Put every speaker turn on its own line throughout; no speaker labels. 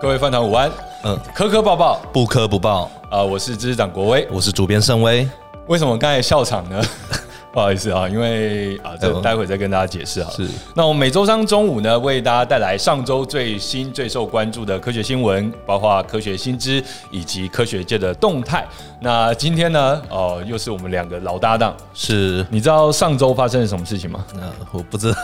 各位饭堂午安，
嗯，
磕磕抱抱
不磕不报，
啊、我是知识长国威。
我是主编盛威。
为什么刚才笑场呢？ 不好意思啊，因为啊，
哎
这
呦
待会再跟大家解释好了。
是，
那我们每周三中午呢，为大家带来上周最新最受关注的科学新闻，包括科学新知以及科学界的动态。那今天呢，哦、又是我们两个老搭档。
是，
你知道上周发生了什么事情吗？
呃，我不知道。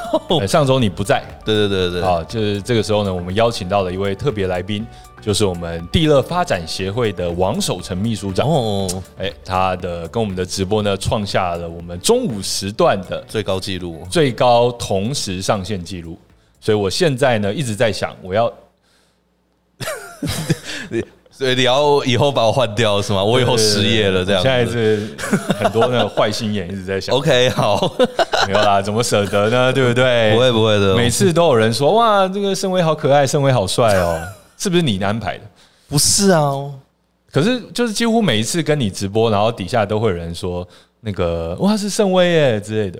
哎上周你不在
对对对哦对，
啊，就是这个时候呢，我们邀请到了一位特别来宾，就是我们地乐发展协会的王守成秘书长。
哦，
哎，他的跟我们的直播呢，创下了我们中午时段的
最高纪录，
最高同时上线记录。所以我现在呢一直在想，我要
所以你要以后把我换掉是吗？我以后失业了这样子。
现在 是很多那个坏心眼一直在想，
OK，好，
没有啦，怎么舍得呢？对不对？
不会不会的，
每次都有人说哇，这个盛威好可爱，盛威好帅哦， 是不是你安排的？
不是啊，
可是就是几乎每一次跟你直播，然后底下都会有人说那个哇是盛威耶之类的，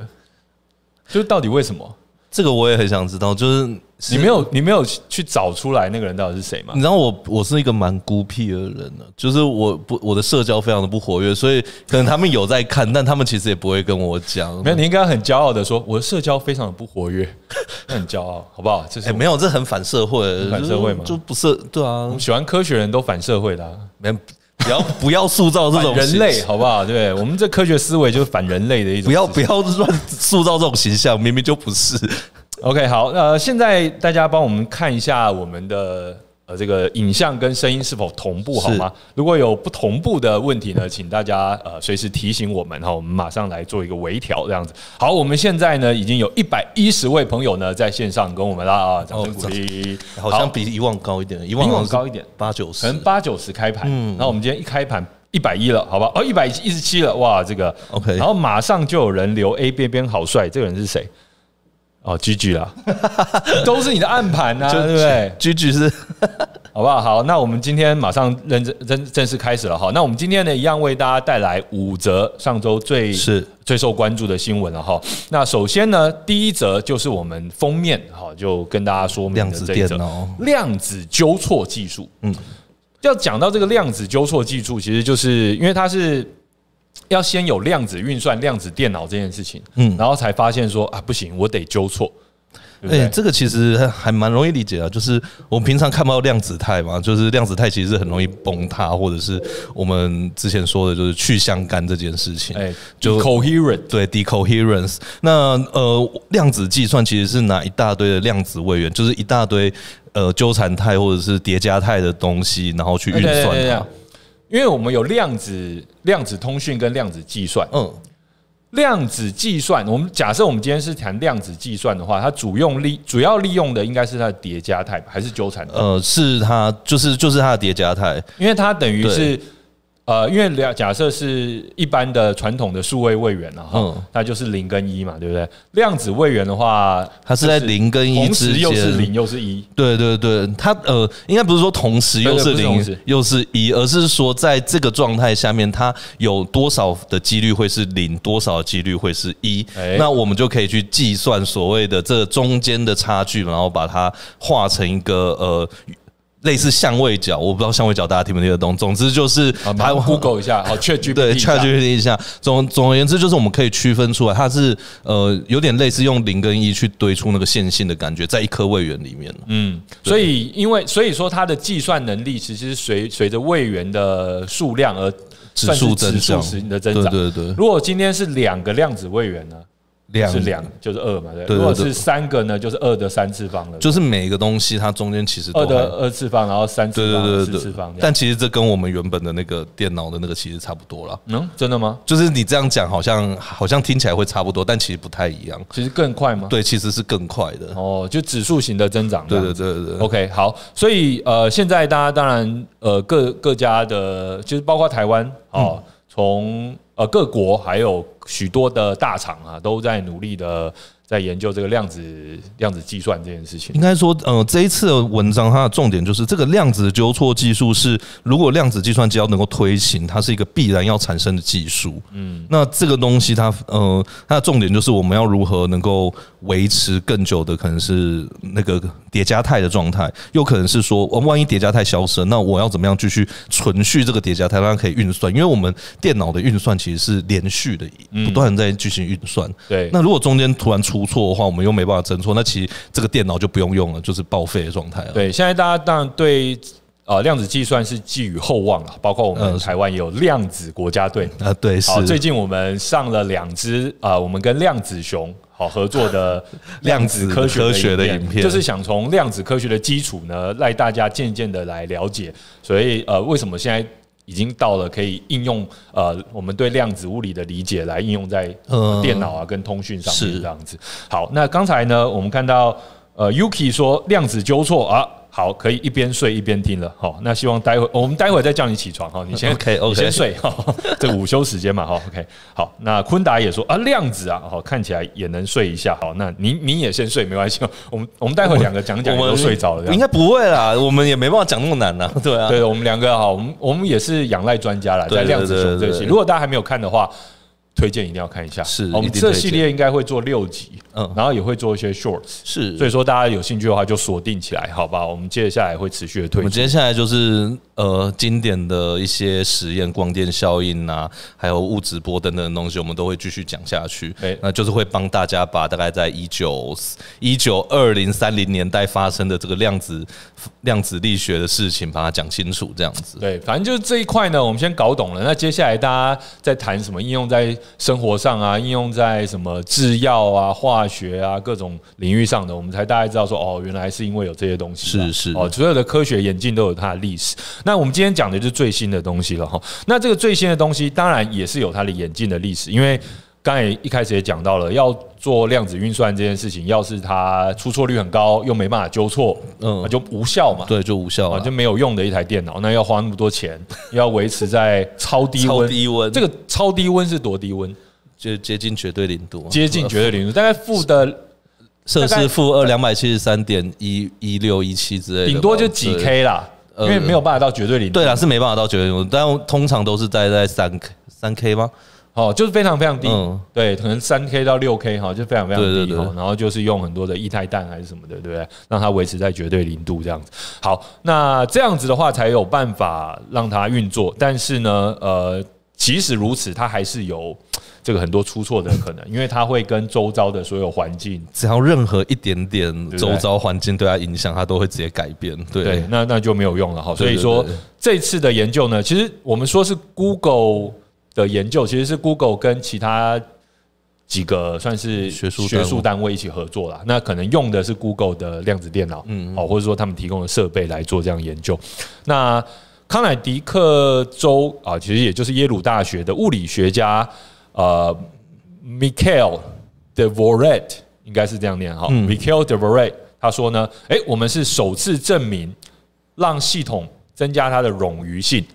就是到底为什么？
这个我也很想知道，就是嗯
你没有你没有去找出来那个人到底是谁吗
你？知道我我是一个蛮孤僻的人呢、就是我不我的社交非常的不活跃，所以可能他们有在看，但他们其实也不会跟我讲。
没有，你应该很骄傲的说，我的社交非常的不活 跃，那很骄傲，好不好？这是
哎、没有，这很反社会，
反社会吗
就就不是对
我
啊
们，喜欢科学人都反社会的、啊，
没不要不要塑造这
反
种
人类，
形
好不好？对我们这科学思维就是反人类的一种
不。要 不要乱塑造这种形象，明明就不是。
OK，好，呃，现在大家帮我们看一下我们的呃这个影像跟声音是否同步，好吗？如果有不同步的问题呢，请大家呃随时提醒我们哈，我们马上来做一个微调，这样子。好，我们现在呢已经有一百一十位朋友呢在线上跟我们啦啊，掌声
哦
鼓励。
好像比以往高一点，以
比
往
我们高一点，
八九
可
十
能。八九十开盘，
嗯
然后我们今天一开盘一百一了，好吧？哦，一百一十七了，哇，这个
OK
然后马上就有人留 A 边边好帅，这个人是谁？哦，G G 啦，都是你的暗盘呐、啊，
就
对不对？
居居是
好不好？好，那我们今天马上认真正正式开始了哈。那我们今天呢，一样为大家带来五则上周最
是
最受关注的新闻了哈。那首先呢，第一则就是我们封面哈，就跟大家说明
量
的
子
这一
电
则
脑，
量子纠错技术。嗯
嗯，
要讲到这个量子纠错技术，其实就是因为它是要先有量子运算、量子电脑这件事情，嗯
嗯，
然后才发现说啊，不行，我得纠错，对不
哎、
对？
这个其实还还蛮容易理解的，就是我们平常看不到量子态嘛，就是量子态其实很容易崩塌，或者是我们之前说的就是去相干这件事情。
哎，就
就
coherent，
对 decoherence，那呃量子计算其实是拿一大堆的量子位元，就是一大堆呃纠缠态或者是叠加态的东西，然后去运
对对
算啊
对对
它。
因为我们有量子量子通讯跟量子计算，
嗯，
量子计算，我们假设我们今天是谈量子计算的话，它主用利主要利用的应该是它的叠加态吧，还是纠缠态？
呃，是它，就是就是它的叠加态，
因为它等于是呃，因为了假设是一般的传统的数位位元了哈
嗯，
那就是零跟一嘛，对不对？量子位元的话，
它是在零跟一
同
之
时
间。
又是零又是一，
对对对，它呃，应该不是说同时又
对
是
对不是同时
零又是一，而是说在这个状态下面，它有多少的几率会是零，多少的几率会是一、
哎
那我们就可以去计算所谓的这中间的差距，然后把它化成一个呃。类似相位角，我不知道相位角大家听不听得懂。总之就是
啊，马
它
上 Google 一下，好 ChatGPT
对
一下
ChatGPT 一下。总总而言之，就是我们可以区分出来，它是呃有点类似用零跟一去堆出那个线性的感觉，在一颗位元里面。
嗯，所以因为所以说它的计算能力其实随随着位元的数量而
指数增
算
长，
是指数的增长。
对对对，
如果今天是两个量子位元呢，是两就是二嘛，对不对。
对对对
如果是三个呢，就是二的三次方了，
就是每个东西它中间其实都
二
还
的二次方，然后三
对
次方、
对
四
对对
次方这样。
但其实这跟我们原本的那个电脑的那个其实差不多啦。
嗯，真的吗？
就是你这样讲，好像好像听起来会差不多，但其实不太一样。
其实更快吗？
对，其实是更快的。
哦，就指数型的增长。
对对。对对对，
OK，好，所以呃，现在大家当然呃
嗯
各各家的，就是包括台湾哦，从呃各国还有许多的大厂啊，都在努力的在研究这个量子量子计算这件事情
应。该说，呃，这一次的文章它的重点就是这个量子纠错技术是，如果量子计算机要能够推行，它是一个必然要产生的技术。嗯，那这个东西它，呃，它的重点就是我们要如何能够维持更久的，可能是那个叠加态的状态，又可能是说，呃万一叠加态消失了，那我要怎么样继续存续这个叠加态，让它可以运算？因为我们电脑的运算其实是连续的，不断地在进行运算。
对，
那如果中间突然出错的话，我们又没办法侦错，那其实这个电脑就不用用了，就是报废的状态了。，
对，现在大家当然对呃量子计算是寄予厚望了，包括我们
嗯
台湾也有量子国家队。
啊，对，
好，最
是
近我们上了两支啊、呃我们跟量子熊好合作的
量子
科学
科学的影片
就是想从量子科学的基础呢，让大家渐渐的来了解。所以呃，为什么现在已经到了可以应用呃我们对量子物理的理解来应用在
嗯
电脑啊跟通讯上面
是
这样子。好，那刚才呢，我们看到呃 Yuki 说量子纠错啊。好，可以一边睡一边听了。好，那希望待会我们待会再叫你起床哈，你先
OK，OK
你先睡哈， 这午休时间嘛哈。OK，好，那昆达也说啊，量子啊，好看起来也能睡一下。好，那您您也先睡没关系， 我们我们待会两个讲讲也都睡着了这样
应。该不会啦，我们也没办法讲那么难啦。对啊，
对，我们两个哈，我们我们也是仰赖专家啦，
对
在量子熊
对对
这
对
系，如果大家还没有看的话，推荐一定要看一下。
是
我们
一定
这
推
系
荐
列应该会做六集，
嗯
然后也会做一些 shorts，
是。
所以说大家有兴趣的话就锁定起来，好吧？我们接下来会持续的
我
推
们
荐。
接下来就是呃经典的一些实验、光电效应啊，还有物质波等等的东西，我们都会继续讲下去
对。
那就是会帮大家把大概在一九一九二零三零年代发生的这个量子量子力学的事情，把它讲清楚，这样子。
对，反正就是这一块呢，我们先搞懂了。那接下来大家在谈什么应用在生活上啊，应用在什么制药啊、化学啊各种领域上的，我们才大概知道说，哦，原来是因为有这些东西啦。
是是
哦，所有的科学演进都有它的历史。那我们今天讲的就是最新的东西了哈。那这个最新的东西当然也是有它的演进的历史，因
嗯
为。刚才一开始也讲到了，要做量子运算这件事情，要是它出错率很高，又没办法纠错，
嗯
嗯，就无效嘛。
对，就无效
啊，
了
就。没有用的一台电脑，那要花那么多钱，又要维持在超低
超
温。
低温，
这个超低温是多低温？
就接近绝对零度，啊呃
接近绝对零度，大概负的
摄
大概
氏负二两百七十三点一一六一七之类的吧，
顶多就几
对。
K 啦，因
呃
为没有办法到绝对零度。
对啦，啊是没办法到绝对零度，但通常都是在在三 K 三 K 吗？
哦，就是非常非常低
嗯，
对，可能三 K 到六 K 哈，就非常非常
对
低
对
哈
对。
然后就是用很多的液态氮还是什么的，对不对？让它维持在绝对零度这样子。好，那这样子的话才有办法让它运作。但是呢，呃，即使如此，它还是有这个很多出错的可能，因为它会跟周遭的所有环境
只要任何一点
对
点周遭环境对它影响，它都会直接改变。
对
对，，
那那就没有用了哈。所以
对对
说
对
这次的研究呢，其实我们说是 Google 的研究，其实是 Google 跟其他几个算是
学术单位
学术单位一起合作啦。那可能用的是 Google 的量子电脑，嗯，哦，或者说他们提供的设备来做这样研究。那康乃狄克州啊，其实也就是耶鲁大学的物理学家呃 Michael Devoret 应该是这样念哈、Michael Devoret 他说呢，诶，我们是首次证明让系统增加它的冗余性，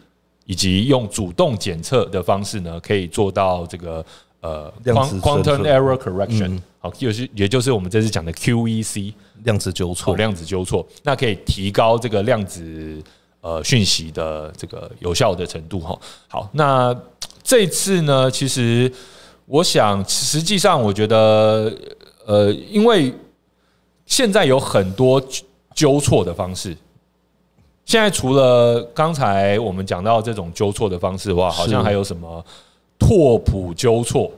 以及用主动检测的方式呢，可以做到这个呃
量子
quan-
存
quantum
储
error correction，、好，就是也就是我们这次讲的 E QEC
量子纠
好
错，
量子纠错，那可以提高这个量子呃讯息的这个有效的程度哈。好，那这次呢，其实我想，实际上我觉得呃，因为现在有很多纠错的方式。现在除了刚才我们讲到这种纠错的方式的话，好像
是
还有什么拓扑纠错，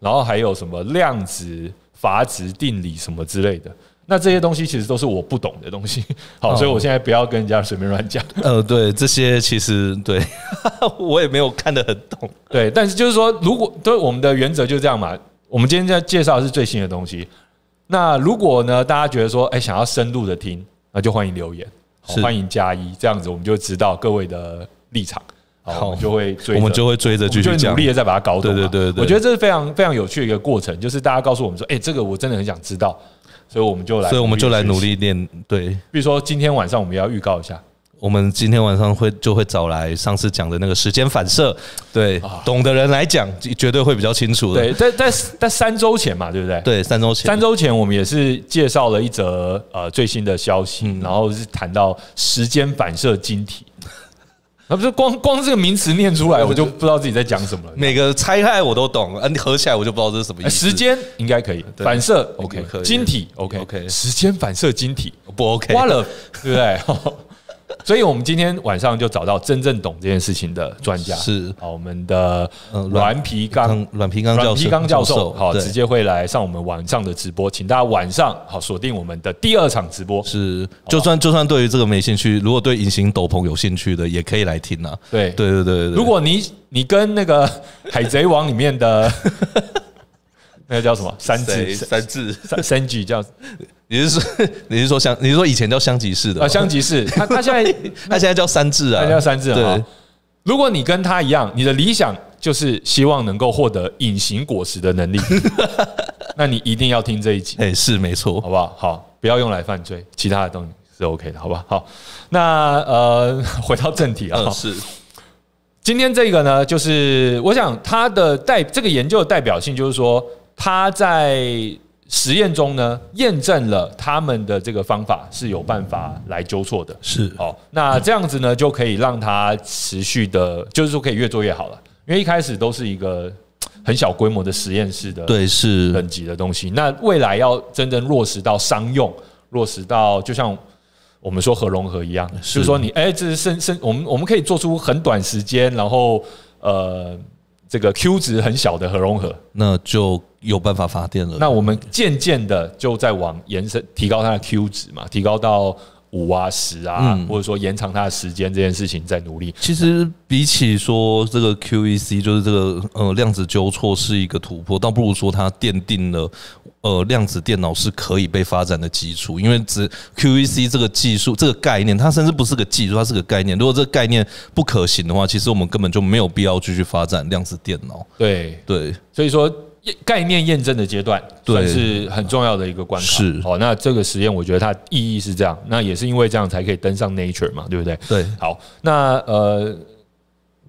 然后还有什么量子阀值定理什么之类的。那这些东西其实都是我不懂的东西， 好，
哦
所以我现在不要跟人家随便乱讲。
呃，对，这些其实对 我也没有看得很懂。
对，但是就是说，如果对我们的原则就这样嘛，我们今天在介绍的是最新的东西。那如果呢，大家觉得说，哎、想要深入的听，那就欢迎留言，好
是
欢迎加一，这样子我们就知道各位的立场，好，
好
我们就会追着，
我们就会追着
我
继
们就
续
会努
讲
力。的再把它搞懂嘛。啊
对对对对
我觉得这是非常非常有趣的一个过程，就是大家告诉我们说，哎、这个我真的很想知道，所以我们就来，
所以我们就来努
力。
力练，对
比如说今天晚上我们要预告一下，
我们今天晚上会就会找来上次讲的那个时间反射，对，懂的人来讲绝对会比较清楚的。
啊对，在在在三周前嘛，对不对？
对，三周前，
三周前我们也是介绍了一则呃最新的消息，
嗯
然后是谈到时间反射晶体。 啊，不是光光这个名词念出来，我就不知道自己在讲什么了。呃
每个拆开我都懂，嗯，合起来我就不知道这是什么意思。
哎时间应该可以，
对
反射 OK，
可以
晶体 OK
OK
时间反射晶体，
不 OK，
花了，对不对？ 所以，我们今天晚上就找到真正懂这件事情的专家，
是
好我们的
嗯阮
阮皮刚
刚阮皮刚
阮
教
皮
授，
刚教授，好，
对
直接会来上我们晚上的直播，请大家晚上好锁定我们的第二场直播，
是，就算就算对于这个没兴趣，如果对隐形斗篷有兴趣的，也可以来听啊。
对
对对对对，
如果你你跟那个 《海贼王》里面 的那个叫什么三只
谁三字，
三三句叫呃
你是说你是说香，你是说以前叫香吉士的吗
啊，香吉士，他他现在
他现在叫三字啊，
他叫三字
对
哈。如果你跟他一样，你的理想就是希望能够获得隐形果实的 能力，那你一定要听这一集，
哎，是没错
好，不好？好，不要用来犯罪，其他的东西是 OK 的，好吧？好，那呃， 回到正题啊，
嗯，是
今天这个呢，就是我想它的代这个研究的代表性，就是说它在实验中呢，验证了他们的这个方法是有办法来纠错的。
是
哦，那这样子呢，就可以让它持续的，就是说可以越做越好了。因为一开始都是一个很小规模的实验室的
对是
等级的东西，那未来要真正落实到商用，落实到就像我们说核融合一样，就是说你哎、这是生生，我们我们可以做出很短时间，然后呃，这个 Q 值很小的核融合，
那就有办法发电了。
那我们渐渐的就在往延伸，提高它的 Q 值嘛，提高到五啊、十啊，
嗯
或者说延长它的时间这件事情在努力。
其实比起说这个 QEC 就是这个呃量子纠错是一个突破，倒不如说它奠定了呃量子电脑是可以被发展的基础。因为只 QEC 这个技术这个概念，它甚至不是个技术，它是个概念。如果这个概念不可行的话，其实我们根本就没有必要继续发展量子电脑。
对，
对，
所以说验概念验证的阶段
对
算是很重要的一个关卡。
是
哦，那这个实验我觉得它意义是这样，那也是因为这样才可以登上 Nature 嘛，对不对？
对，
好，那呃，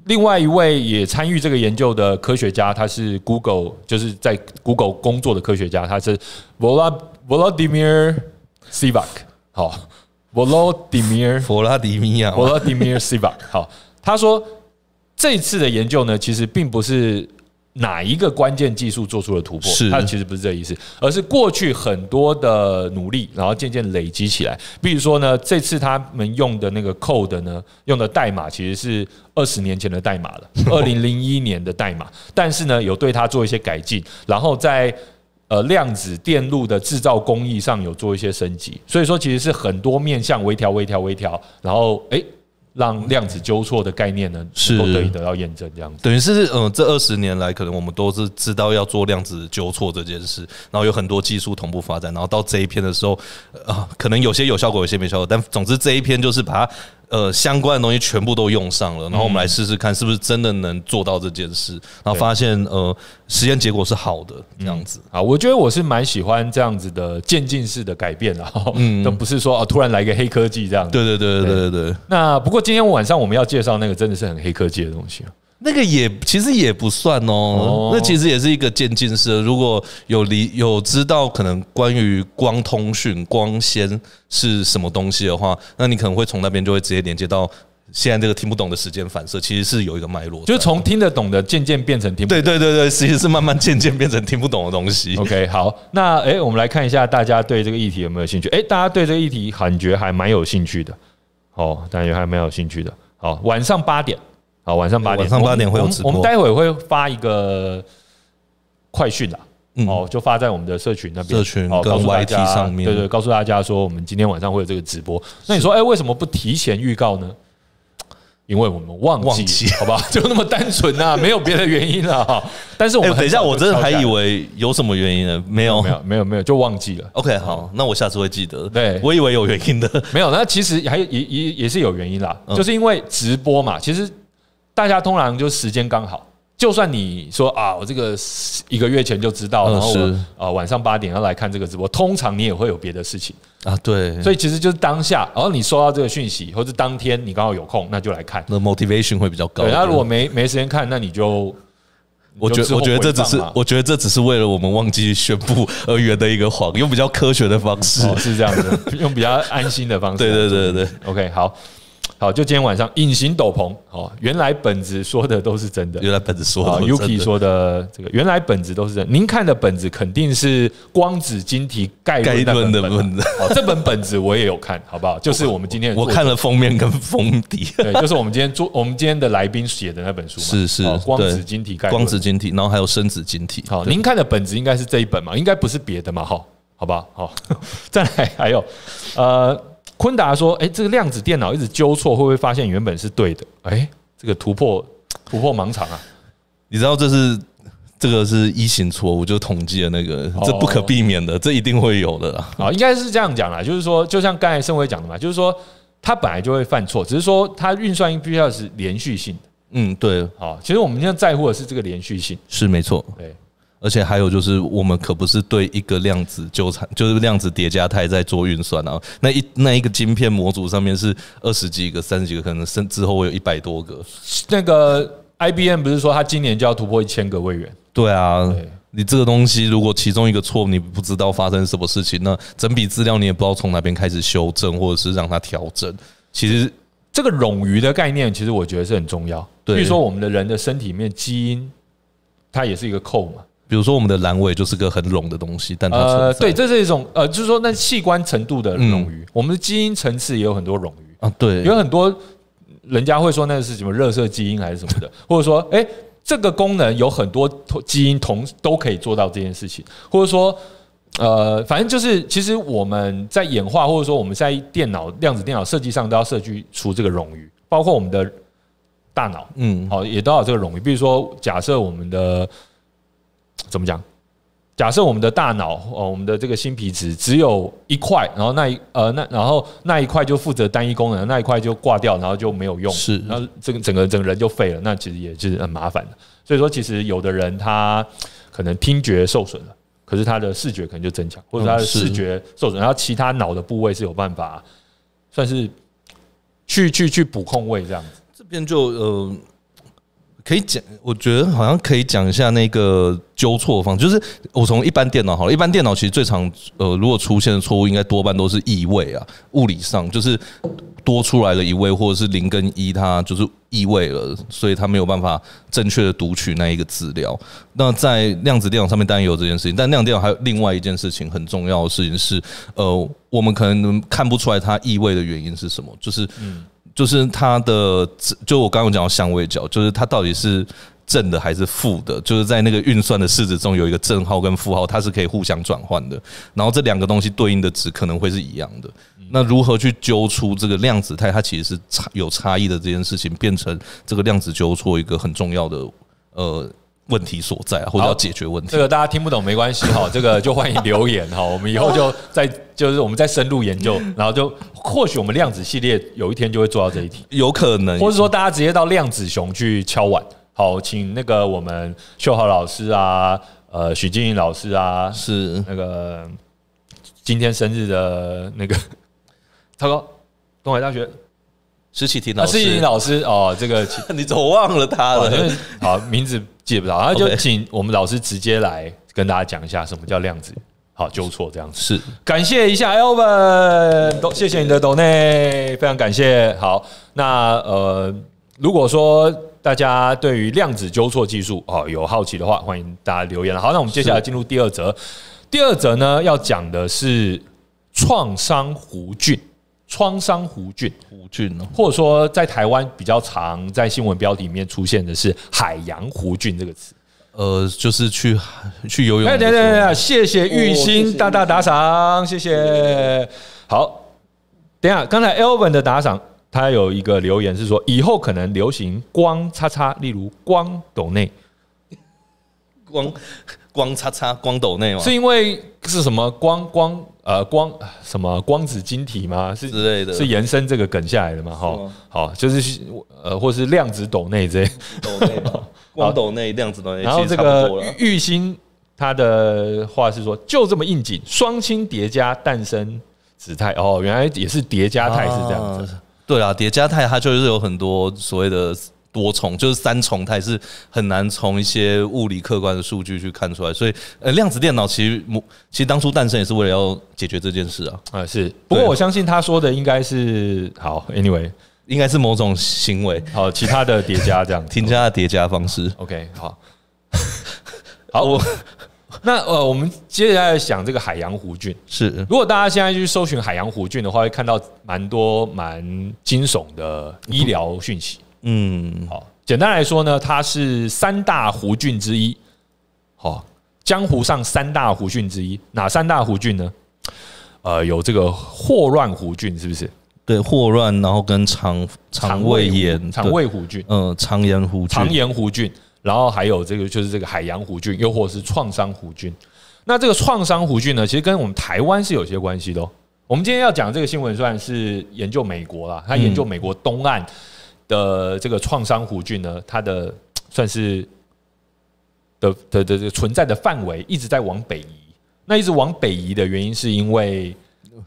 另外一位也参与这个研究的科学家，他是 Google，就是在 Google 工作的科学家，他是 Volod Volodymyr Sivak。好，Volodymyr
弗拉迪米亚嘛，
Volodymyr Sivak。好，他说这次的研究呢，其实并不是哪一个关键技术做出了突破，
是
他其实不是这个意思，而是过去很多的努力，然后渐渐累积起来。比如说呢，这次他们用的那个 code 呢，用的代码其实是二十年前的代 码了，二零零一年的代码，但是呢，有对它做一些改进，然后在呃量子电路的制造工艺上有做一些升级，所以说其实是很多面向微调、微调、微调，然后诶让量子纠错的概念呢
是
能够得以得到验证，这样子。
等于是，嗯、这二十年来，可能我们都是知道要做量子纠错这件事，然后有很多技术同步发展，然后到这一篇的时候，呃啊、可能有些有效果，有些没效果，但总之这一篇就是把它呃相关的东西全部都用上了，然后我们来试试看是不是真的能做到这件事，然后发现呃实验结果是好的这样子，
啊，我觉得我是蛮喜欢这样子的渐进式的改变啊，嗯， 都不是说啊突然来个黑科技这样子。
对对对对对对，
那不过今天晚上我们要介绍那个真的是很黑科技的东西啊，
那个也其实也不算
哦
哦，那其实也是一个渐进式的。如果有理有知道可能关于光通讯、光纤是什么东西的话，那你可能会从那边就会直接连接到现在这个听不懂的时间反射，其实是有一个脉络在。
就是从听得懂的渐渐变成听不懂。
对对对对，其实是慢慢渐渐变成听不懂的东 西。
OK，好，那诶，我们来看一下大家对这个议题有没有兴趣？诶，大家对这个议题感觉还蛮有兴趣的，哦，感觉还蛮有兴趣的。好，晚上八点，好，晚上八点，
晚上八点
我们
会有直播
我们我们待会会发一个快讯啦，
嗯
哦，就发在我们的社群那边，
社群
哦，
跟
告诉大家
YT 上面
对对，告诉大家说我们今天晚上会有这个直播。那你说，哎，为什么不提前预告呢？因为我们忘记，
忘记
好不 好？就那么单纯啊，没有别的原因啊。哈但是我
哎、
们、
等一下，我真的还以。为有什么原因呢？没有哦
没。有没有没有，就忘记了。
OK，好，那我下次会记得。
对
我以为有原因的。
没有，那其实还有也也也是有原因啦，
嗯
就是因为直播嘛，其实大家通常就时间刚好。就算你说啊，我这个一个月前就知道，
嗯
然后我
是
啊晚上八点要来看这个直播，通常你也会有别的事情，
啊，对，
所
所以
以其实就是当下，然后你收到这个讯息，或者当天你刚好有空，那就来看。
那 motivation 会比较高一
对，
点。
那如果没没时间看，那你就
我觉
你就之后
得，我觉得这只
回
是
放嘛，
我觉得这只是为了我们忘记宣布而圆的一个谎，用比较科学的方式。
哦是这样 子，用比较安心的方式。
对对对对对，
OK，好。好，就今天晚上隐形斗篷哦，原来本子说的都是真的，
原来本子说
啊
的真
，Yuki
的
说的这个原来本子都是真的，您看的本子肯定是光子晶体概
概
论那本
论的
本
本
啊。
子，
哦，这本本子我也有看，好不好？就是我们今天的
我
作
看了封面跟封 底，
对，就是我们今天做我们今天的来宾写的那本书嘛，
是是
哦光子
对
晶体概论。
光子晶体，然后还有深子晶体。
好，您看的本子应该是这一本嘛，应该不是别的嘛，哈，好吧，好， 再来还有，呃，昆达说，哎、这个量子电脑一直纠错，会不会发现原本是对的？哎、这个突破突破盲场啊，
你知道这是这个是一型错误，就统计的那个，
哦
这不可避免的，这一定会有的啦。
啊，应该是这样讲啦，就是说，就像刚才盛辉讲的嘛，就是说他本来就会犯错，只是说他运算必须要是连续性的。
嗯，对，
好，其实我们现在在乎的是这个连续性。
是没错。
对，
而且还有就是，我们可不是对一个量子纠缠，就是量子叠加态在做运算啊。那一那一个晶片模组上面是二十几个、三十几个，可能甚之后会有一百多个。
那个 IBM 不是说他今年就要突破一千个位元？
对啊
对，
你这个东西如果其中一个错，你不知道发生什么事情，那整笔资料你也不知道从哪边开始修正，或者是让它调整。其实
这个冗余的概念，其实我觉得是很重要。
对
比如说我们的人的身体里面基因，它也是一个扣嘛。
比如说我们的阑尾就是个很冗的东西，但它
呃，
存在
对，这是一种呃，就是说那器官程度的
嗯
冗余，我们的基因层次也有很多冗余。
啊，对，
有很多人家会说那是什么热色基因还是什么的， 或者说哎、诶这个功能有很多同基因同都可以做到这件事情，或者说。呃，反正就是，其实我们在演化，或者说我们在电脑量子电脑设计上，都要设计出这个冗余，包括我们的大脑，
嗯，
好，也都要有这个冗余。比如说，假设我们的怎么讲？假设我们的大脑，哦，我们的这个新皮质只有一块，然后那一呃那然后那一块就负责单一功能，那一块就挂掉，然后就没有用，
是
然后这个整个整个人就废了，那其实也是很麻烦的。所以说，其实有的人他可能听觉受损了，可是他的视觉可能就增强，或者他的
嗯是
视觉受损，然后其他脑的部位是有办法算是去去去补空位这样子。
这边就呃，可以讲，我觉得好像可以讲一下那个纠错方，就是我从一般电脑好了，一般电脑其实最常呃，如果出现的错误，应该多半都是异位啊，物理上就是多出来了一位，或者是零跟一，它就是异位了，所以它没有办法正确的读取那一个资料。那在量子电脑上面当然有这件事情，但量子电脑还有另外一件事情很重要的事情是，呃，我们可能看不出来它异位的原因是什么，就是就是它的，呃就我刚刚有讲到相位角，就是它到底是正的还是负的，就是在那个运算的式子中有一个正号跟负号，它是可以互相转换的。然后这两个东西对应的值可能会是一样的。那如何去揪出这个量子态，它其实是差有差异的这件事情，变成这个量子纠错一个很重要的呃问题所在啊，或者要解决问题
这。个大家听不懂没关系哈，这个就欢迎留言哈，我们以后就再就是我们再深入研究，然后就或许我们量子系列有一天就会做到这一题，
有可能
或者说大家直接到量子熊去敲碗，好，请那个我们秀豪老师啊，呃，许静怡老师啊，
是
那个今天生日的那个， 啊糟糕，东海大学
石启婷
啊，
老啊
施怡
师，
老师哦，这个请
你怎么忘了他
好因
了
为？好名字记不到，然后就
OK
请我们老师直接来跟大家讲一下什么叫量子好纠错这样子。
是
感谢一下 Elvin，都谢谢你的抖内，非常感谢。好，那呃，如果说大家对于量子纠错技术哦有好奇的话，欢迎大家留言。好，那我们接下来进入第二则。第二则呢，要讲的是创伤弧菌，创伤弧菌，
胡俊哦，
或者说在台湾比较常在新闻标题里面出现的是海洋弧菌这个词。
呃，就是去去游泳
哎，
的
等
时候。
等等等，谢谢玉
哦谢
兴
谢
大大打赏，谢谢。好，等一下，刚才 Elvin 的打赏，他有一个留言是说，以后可能流行光叉叉，例如光斗内，
光光叉叉光斗内嘛
是因为是什么光光呃光什么光子晶体吗？是
之类的，
是延伸这个梗下来的嘛？哈
哦
吗，
好，就是呃，或是量子斗内这类，
斗 内嘛，光斗内量子斗内，
然后
哎其实
这
差不多
个
了。
玉兴他的话是说，就这么应景，双亲叠加诞生子泰。哦，原来也是叠加态是这样子。
啊对啊，叠加态它就是有很多所谓的多重，就是三重态是很难从一些物理客观的数据去看出来。所以，呃，量子电脑其实母其实当初诞生也是为了要解决这件事啊，
啊、是。不过我相信他说的应该是好，anyway，
应该是某种行为，
好，其他的叠加这样 子。
添加的叠加方式。
OK，好， 好，我那呃，我们接下来想这个海洋弧菌。
是
如果大家现在去搜寻海洋弧菌的话，会看到蛮多蛮惊悚的医疗讯息。
嗯，
好，简单来说呢，它是三大弧菌之一。好，江湖上三大弧菌之一，哪三大弧菌呢？呃，有这个霍乱弧菌，是不是？
对，霍乱，然后跟肠肠胃炎，
肠胃弧菌、
嗯，呃肠炎弧
肠
菌，
炎弧菌，然后还有这个就是这个海洋弧菌，又或是创伤弧菌。那这个创伤弧菌呢，其实跟我们台湾是有些关系的、哦。我们今天要讲这个新闻，算是研究美国啦，他研究美国东岸的这个创伤弧菌呢，它的算是的的的的存在的范围一直在往北移。那一直往北移的原因，是因为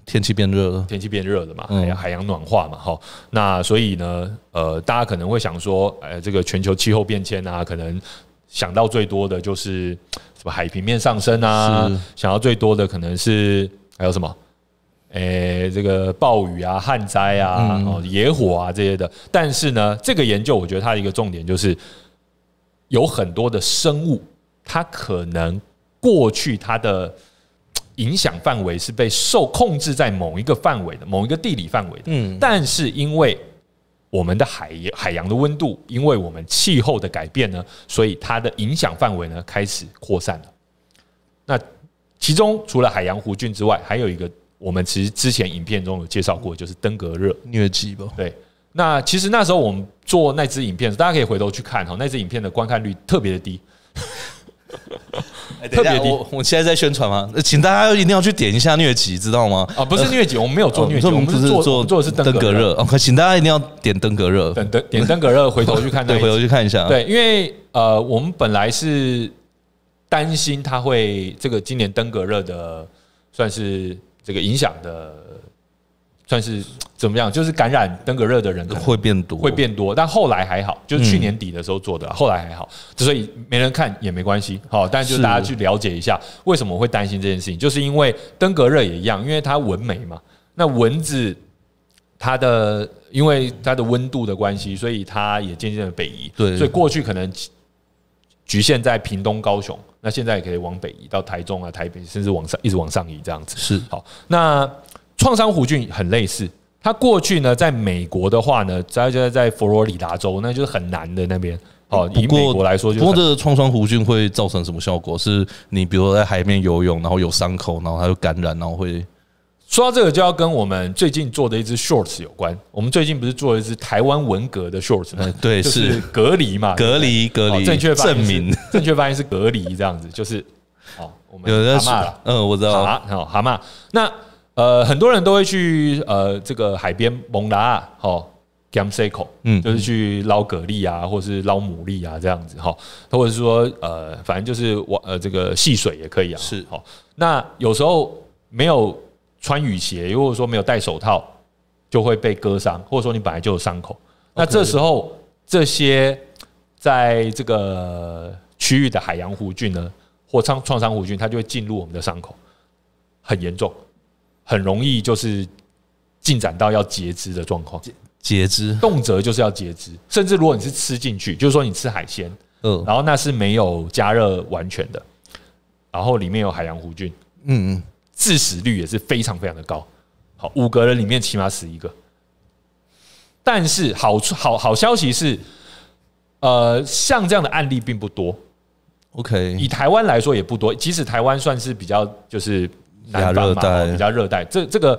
天气变热了，
天气变热了嘛，
嗯
海洋海洋暖化嘛，哈，那所以呢，呃，大家可能会想说，呃，这个全球气候变迁啊，可能想到最多的就是什么海平面上升啊
是，
想到最多的可能是还有什么，诶、这个暴雨啊、旱灾啊、
嗯
哦野火啊这些的。但是呢，这个研究我觉得它的一个重点就是，有很多的生物，它可能过去它的影响范围是被受控制在某一个范围的某一个地理范围的，
嗯，
但是因为我们的海海洋的温度，因为我们气候的改变呢，所以它的影响范围呢开始扩散了。那其中除了海洋弧菌之外，还有一个我们其实之前影片中有介绍过，就是登革热。
疟疾吧，
对，那其实那时候我们做那支影片，大家可以回头去看哈，那支影片的观看率特别的低，
特
特
别
别低
我我现在在宣传吗？呃请大家一定要去点一下疟疾，知道吗？
啊，不是疟疾，我们没有做疟疾，
哦
呃我们
不
是
是
做我
做
们做的是
登
革
革，热哦，可请大家一定要点登革热，
等登点登革热，回头去看那
对，
一
回头
集。
去看一下。，
对，因为呃，我们本来是担心它会这个今年登革热的算是这个影响的，算是怎么样，就是感染登革热的人可能
会变多，嗯
会变多，但后来还好，就是去年底的时候做的，后来还好，所以没人看也没关系。好，但就是大家去了解一下为什么会担心这件事情，就是因为登革热也一样，因为它蚊媒嘛，那蚊子它的因为它的温度的关系，所以它也渐渐的北移。
对
所以过去可能局限在屏东、高雄，那现在也可以往北移到台中啊、台北，甚至往上一直往上移这样子。
是
好，那创伤弧菌很类似。它过去呢，在美国的话呢，主要就是在佛罗里达州，那就是很南的那边。哦，以美国来说就
不过
是
这个创伤弧菌会造成什么效果？是你比如说在海里面游泳，然后有伤口，然后它就感染，然后 会
说到这个，就要跟我们最近做的一支 shorts 有关。我们最近不是做了一支台湾文革的 shorts 吗
哎？对
就是是隔离嘛，
隔离隔
哦
离，
正确发音
证
是
明
正确发音是隔离这样子，就是哦，我们
有人在
蛤蟆啦
说，嗯，我知道，
蛤哦蛤蟆。那呃，很多人都会去呃这个海边蒙拉哦 g a m s e c o
嗯
嗯，就是去捞蛤蜊啊，或是捞牡蛎啊这样子哈、哦，或者是说呃，反正就是玩呃这个戏水也可以啊。
是
好、哦，那有时候没有穿雨鞋，或者说没有戴手套，就会被割伤，或者说你本来就有伤口。那这时候这些在这个区域的海洋弧菌呢，或创创伤弧菌，它就会进入我们的伤口，很严重，很容易就是进展到要截肢的状况，
截肢，
动辄就是要截肢，甚至如果你是吃进去，就是说你吃海鲜，
嗯
然后那是没有加热完全的，然后里面有海洋弧菌，
嗯嗯，
致死率也是非常非常的高。好，五个人里面起码死一个。但是好处好好消息是，呃，像这样的案例并不多，
，OK，
以台湾来说也不多。即使台湾算是比较就是南方
亚热
嘛，
带
哦比较热带，这这个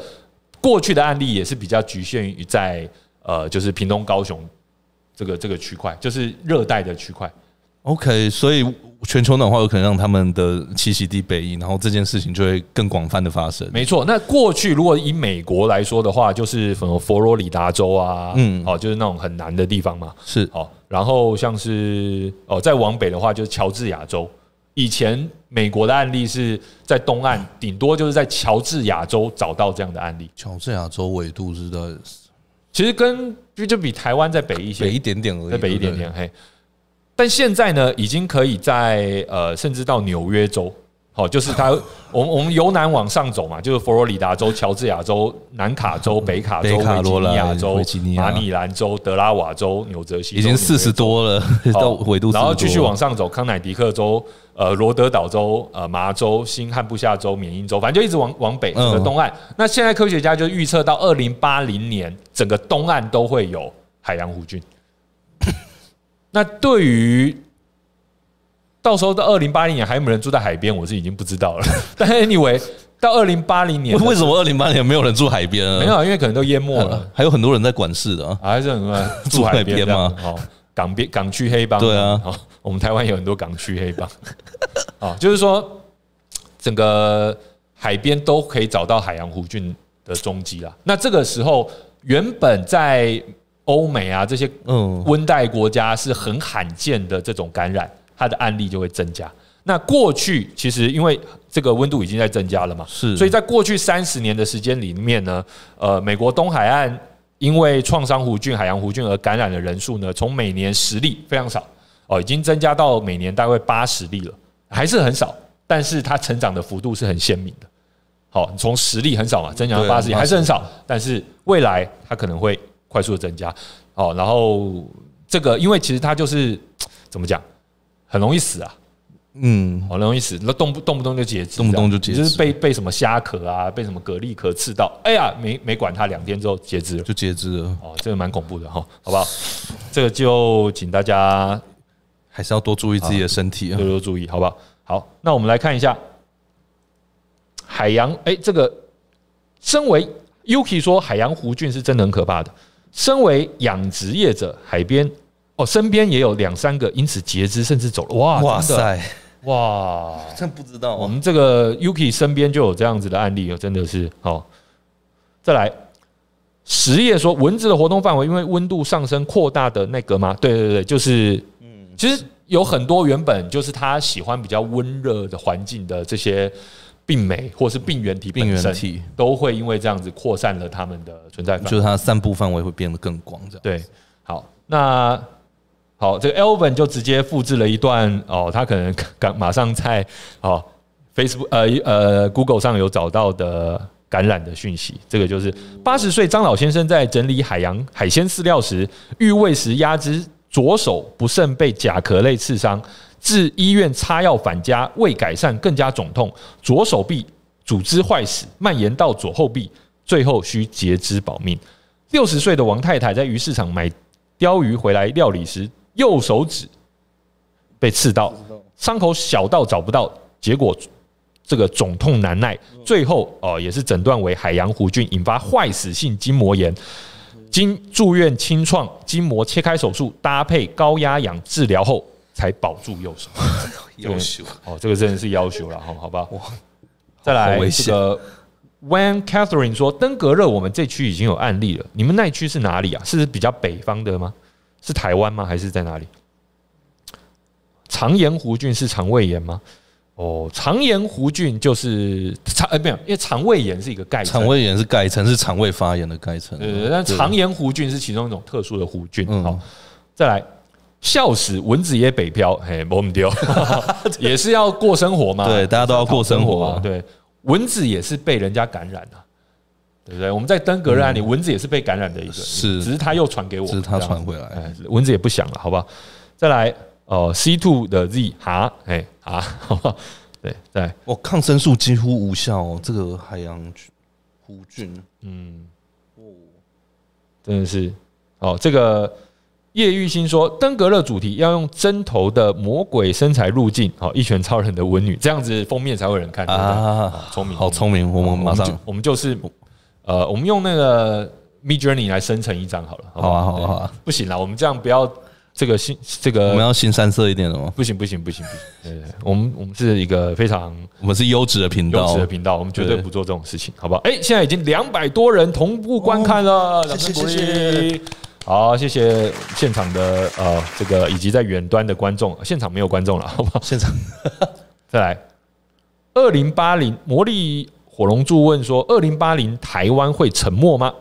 过去的案例也是比较局限于在呃，就是屏东、高雄这个这个区块，就是热带的区块。
OK，所以全球暖化有可能让他们的栖息地北移，然后这件事情就会更广泛的发生。
没错，那过去如果以美国来说的话，就是什么佛罗里达州啊，嗯，哦，就是那种很难的地方嘛，
是
哦。然后像是哦，再往北的话就是乔治亚州。以前美国的案例是在东岸，顶多就是在乔治亚州找到这样的案例。
乔治亚州纬度是在
其实跟就就比台湾再北一些，
北一点点而已，
再北一点点。嘿，但现在呢，已经可以在呃，甚至到纽约州，好，就是 它，我们我们由南往上走嘛，就是佛罗里达州、乔治亚州、南卡州、北卡州、
北卡罗
维吉尼亚
来
州
维吉尼、亚
马里兰州、德拉瓦州、纽泽西
已
州
经四十。多了，
纽约州
到
好
纬度40多了，
哦然后继续往上走，康乃狄克州、呃罗德岛州、呃麻州、新罕布夏州、缅因州，反正就一直往往北整个
嗯
东岸。那现在科学家就预测到二零八零年，整个东岸都会有海洋 弧菌。那对于到时候到二零八零年还有没有人住在海边，我是已经不知道了。 但 anyway，到二零八零年
为为什嗯么二零八年没有人住海边啊？
没有，因为可能都淹没了，
还有很多人在管事的啊。
啊还是很多人住海边这样哦，港边港区黑帮
对啊
哦，我们台湾有很多港区黑帮 啊，就是说整个海边都可以找到海洋弧菌的踪迹啦。那这个时候，原本在欧美啊这些
嗯，
温带国家是很罕见的这种感染，它的案例就会增加。那过去其实因为这个温度已经在增加了嘛，
是
所以在过去三十年的时间里面呢，呃，美国东海岸因为创伤弧菌、海洋弧菌而感染的人数呢，从每年十例非常少哦，已经增加到每年大概八十例了，还是很少，但是它成长的幅度是很鲜明的。好，从十例很少嘛，增长到
对
八十例
80
还是很少，但是未来它可能会快速的增加。好，然后这个因为其实它就是怎么讲，很容易死啊，
嗯，
好容易哦死，那动不动不动就截肢这样，
动不动就截肢
就是被被什么虾壳啊，被什么蛤蜊壳刺到，哎呀，没没管它，两天之后截肢了。
就截肢了，
哦，这个蛮恐怖的哈，好不好？这个就请大家
还是要多注意自己的身体啊
多。多注意，好不好？好，那我们来看一下海洋，哎、这个身为 Yuki 说海洋弧菌是真的很可怕的。身为养殖业者，海边哦，身边也有两三个因此截肢甚至走了，哇，
哇
真的，
塞，
哇，
真不知道啊
哦我们这个 Yuki 身边就有这样子的案例哦，真的是哦。再来，实业说蚊子的活动范围因为温度上升扩大的那个吗？对对对，就是嗯，其实有很多原本就是它喜欢比较温热的环境的这些病媒或是病原体
病
本身
原体，
都会因为这样子扩散了它们的存在范围。
就是它的散布范围会变得更广，这样。
对，好，那好，这个 Elvin 就直接复制了一段哦，他可能刚马上在哦 Facebook 呃呃 Google 上有找到的感染的讯息，这个就是八十岁张老先生在整理海洋海鲜饲料时，遇喂食鸭只左手不慎被甲壳类刺伤，至医院擦药返家，未改善更加肿痛，左手臂组织坏死，蔓延到左后臂，最后需截肢保命。六十岁的王太太在鱼市场买鲷鱼回来料理时，右手指被刺到，伤口小到找不到，结果这个肿痛难耐，最后哦、呃也是诊断为海洋弧菌，引发坏死性筋膜炎。经住院清创筋膜切开手术，搭配高压氧治疗后，才保住右手。
优秀，
哦，这个真的是要求了，好好吧
哇？
再来
好危
这
险
个 When Catherine 说，登革热我们这区已经有案例了，你们那一区是哪里啊？是比较北方的吗？是台湾吗？还是在哪里？肠炎弧菌是肠胃炎吗？哦，肠炎弧菌就是肠，呃，没有，因为肠胃炎是一个概
肠
称。
胃炎是盖层，是肠胃发炎的盖层。
呃，但肠炎弧菌是其中一种特殊的弧菌。
嗯
好，再来，笑死，蚊子也北漂，嘿，我们丢，哦 也是要过生活嘛。
对，大家都要过生
生活
活
啊，
啊。
对，蚊子也是被人家感染的、对不对？我们在登革热案里，蚊子也是被感染的一个，
嗯是
只是他又传给我，
这是他传
来，
回来，
哎，蚊子也不想了，好不好？再来，哦，C two 的 Z 哈，哎哈， 好不好？对，再来，
哦，抗生素几乎无效哦。这个海洋弧菌，
嗯，真的是，哦，这个叶玉兴说，登革热主题要用针头的魔鬼身材入境，哦，一拳超人的文女，这样子封面才会有人看啊，
啊，
聪明，
好聪明！我们马
我们
上
就我们就是呃，我们用那个 Mid Journey 来生成一张好了，
好
吧
啊，好啊，好啊，
不行啦，我们这样不要这个新这
我们
个
要新三色一点的吗？
不行不行不行不 行，对对对我们我们是一个非常
我们是优质的频
优
道哦
质的，频道，我们绝对
对
不做这种事情，好不好？哎、现在已经两百多人同步观看了，掌声
嗯谢谢
鼓
谢
励。好，谢谢现场的呃这个以及在远端的观众，现场没有观众了，好不好？
现场
再来，二零八零魔力火龙柱问说，二零八零台湾会沉没吗？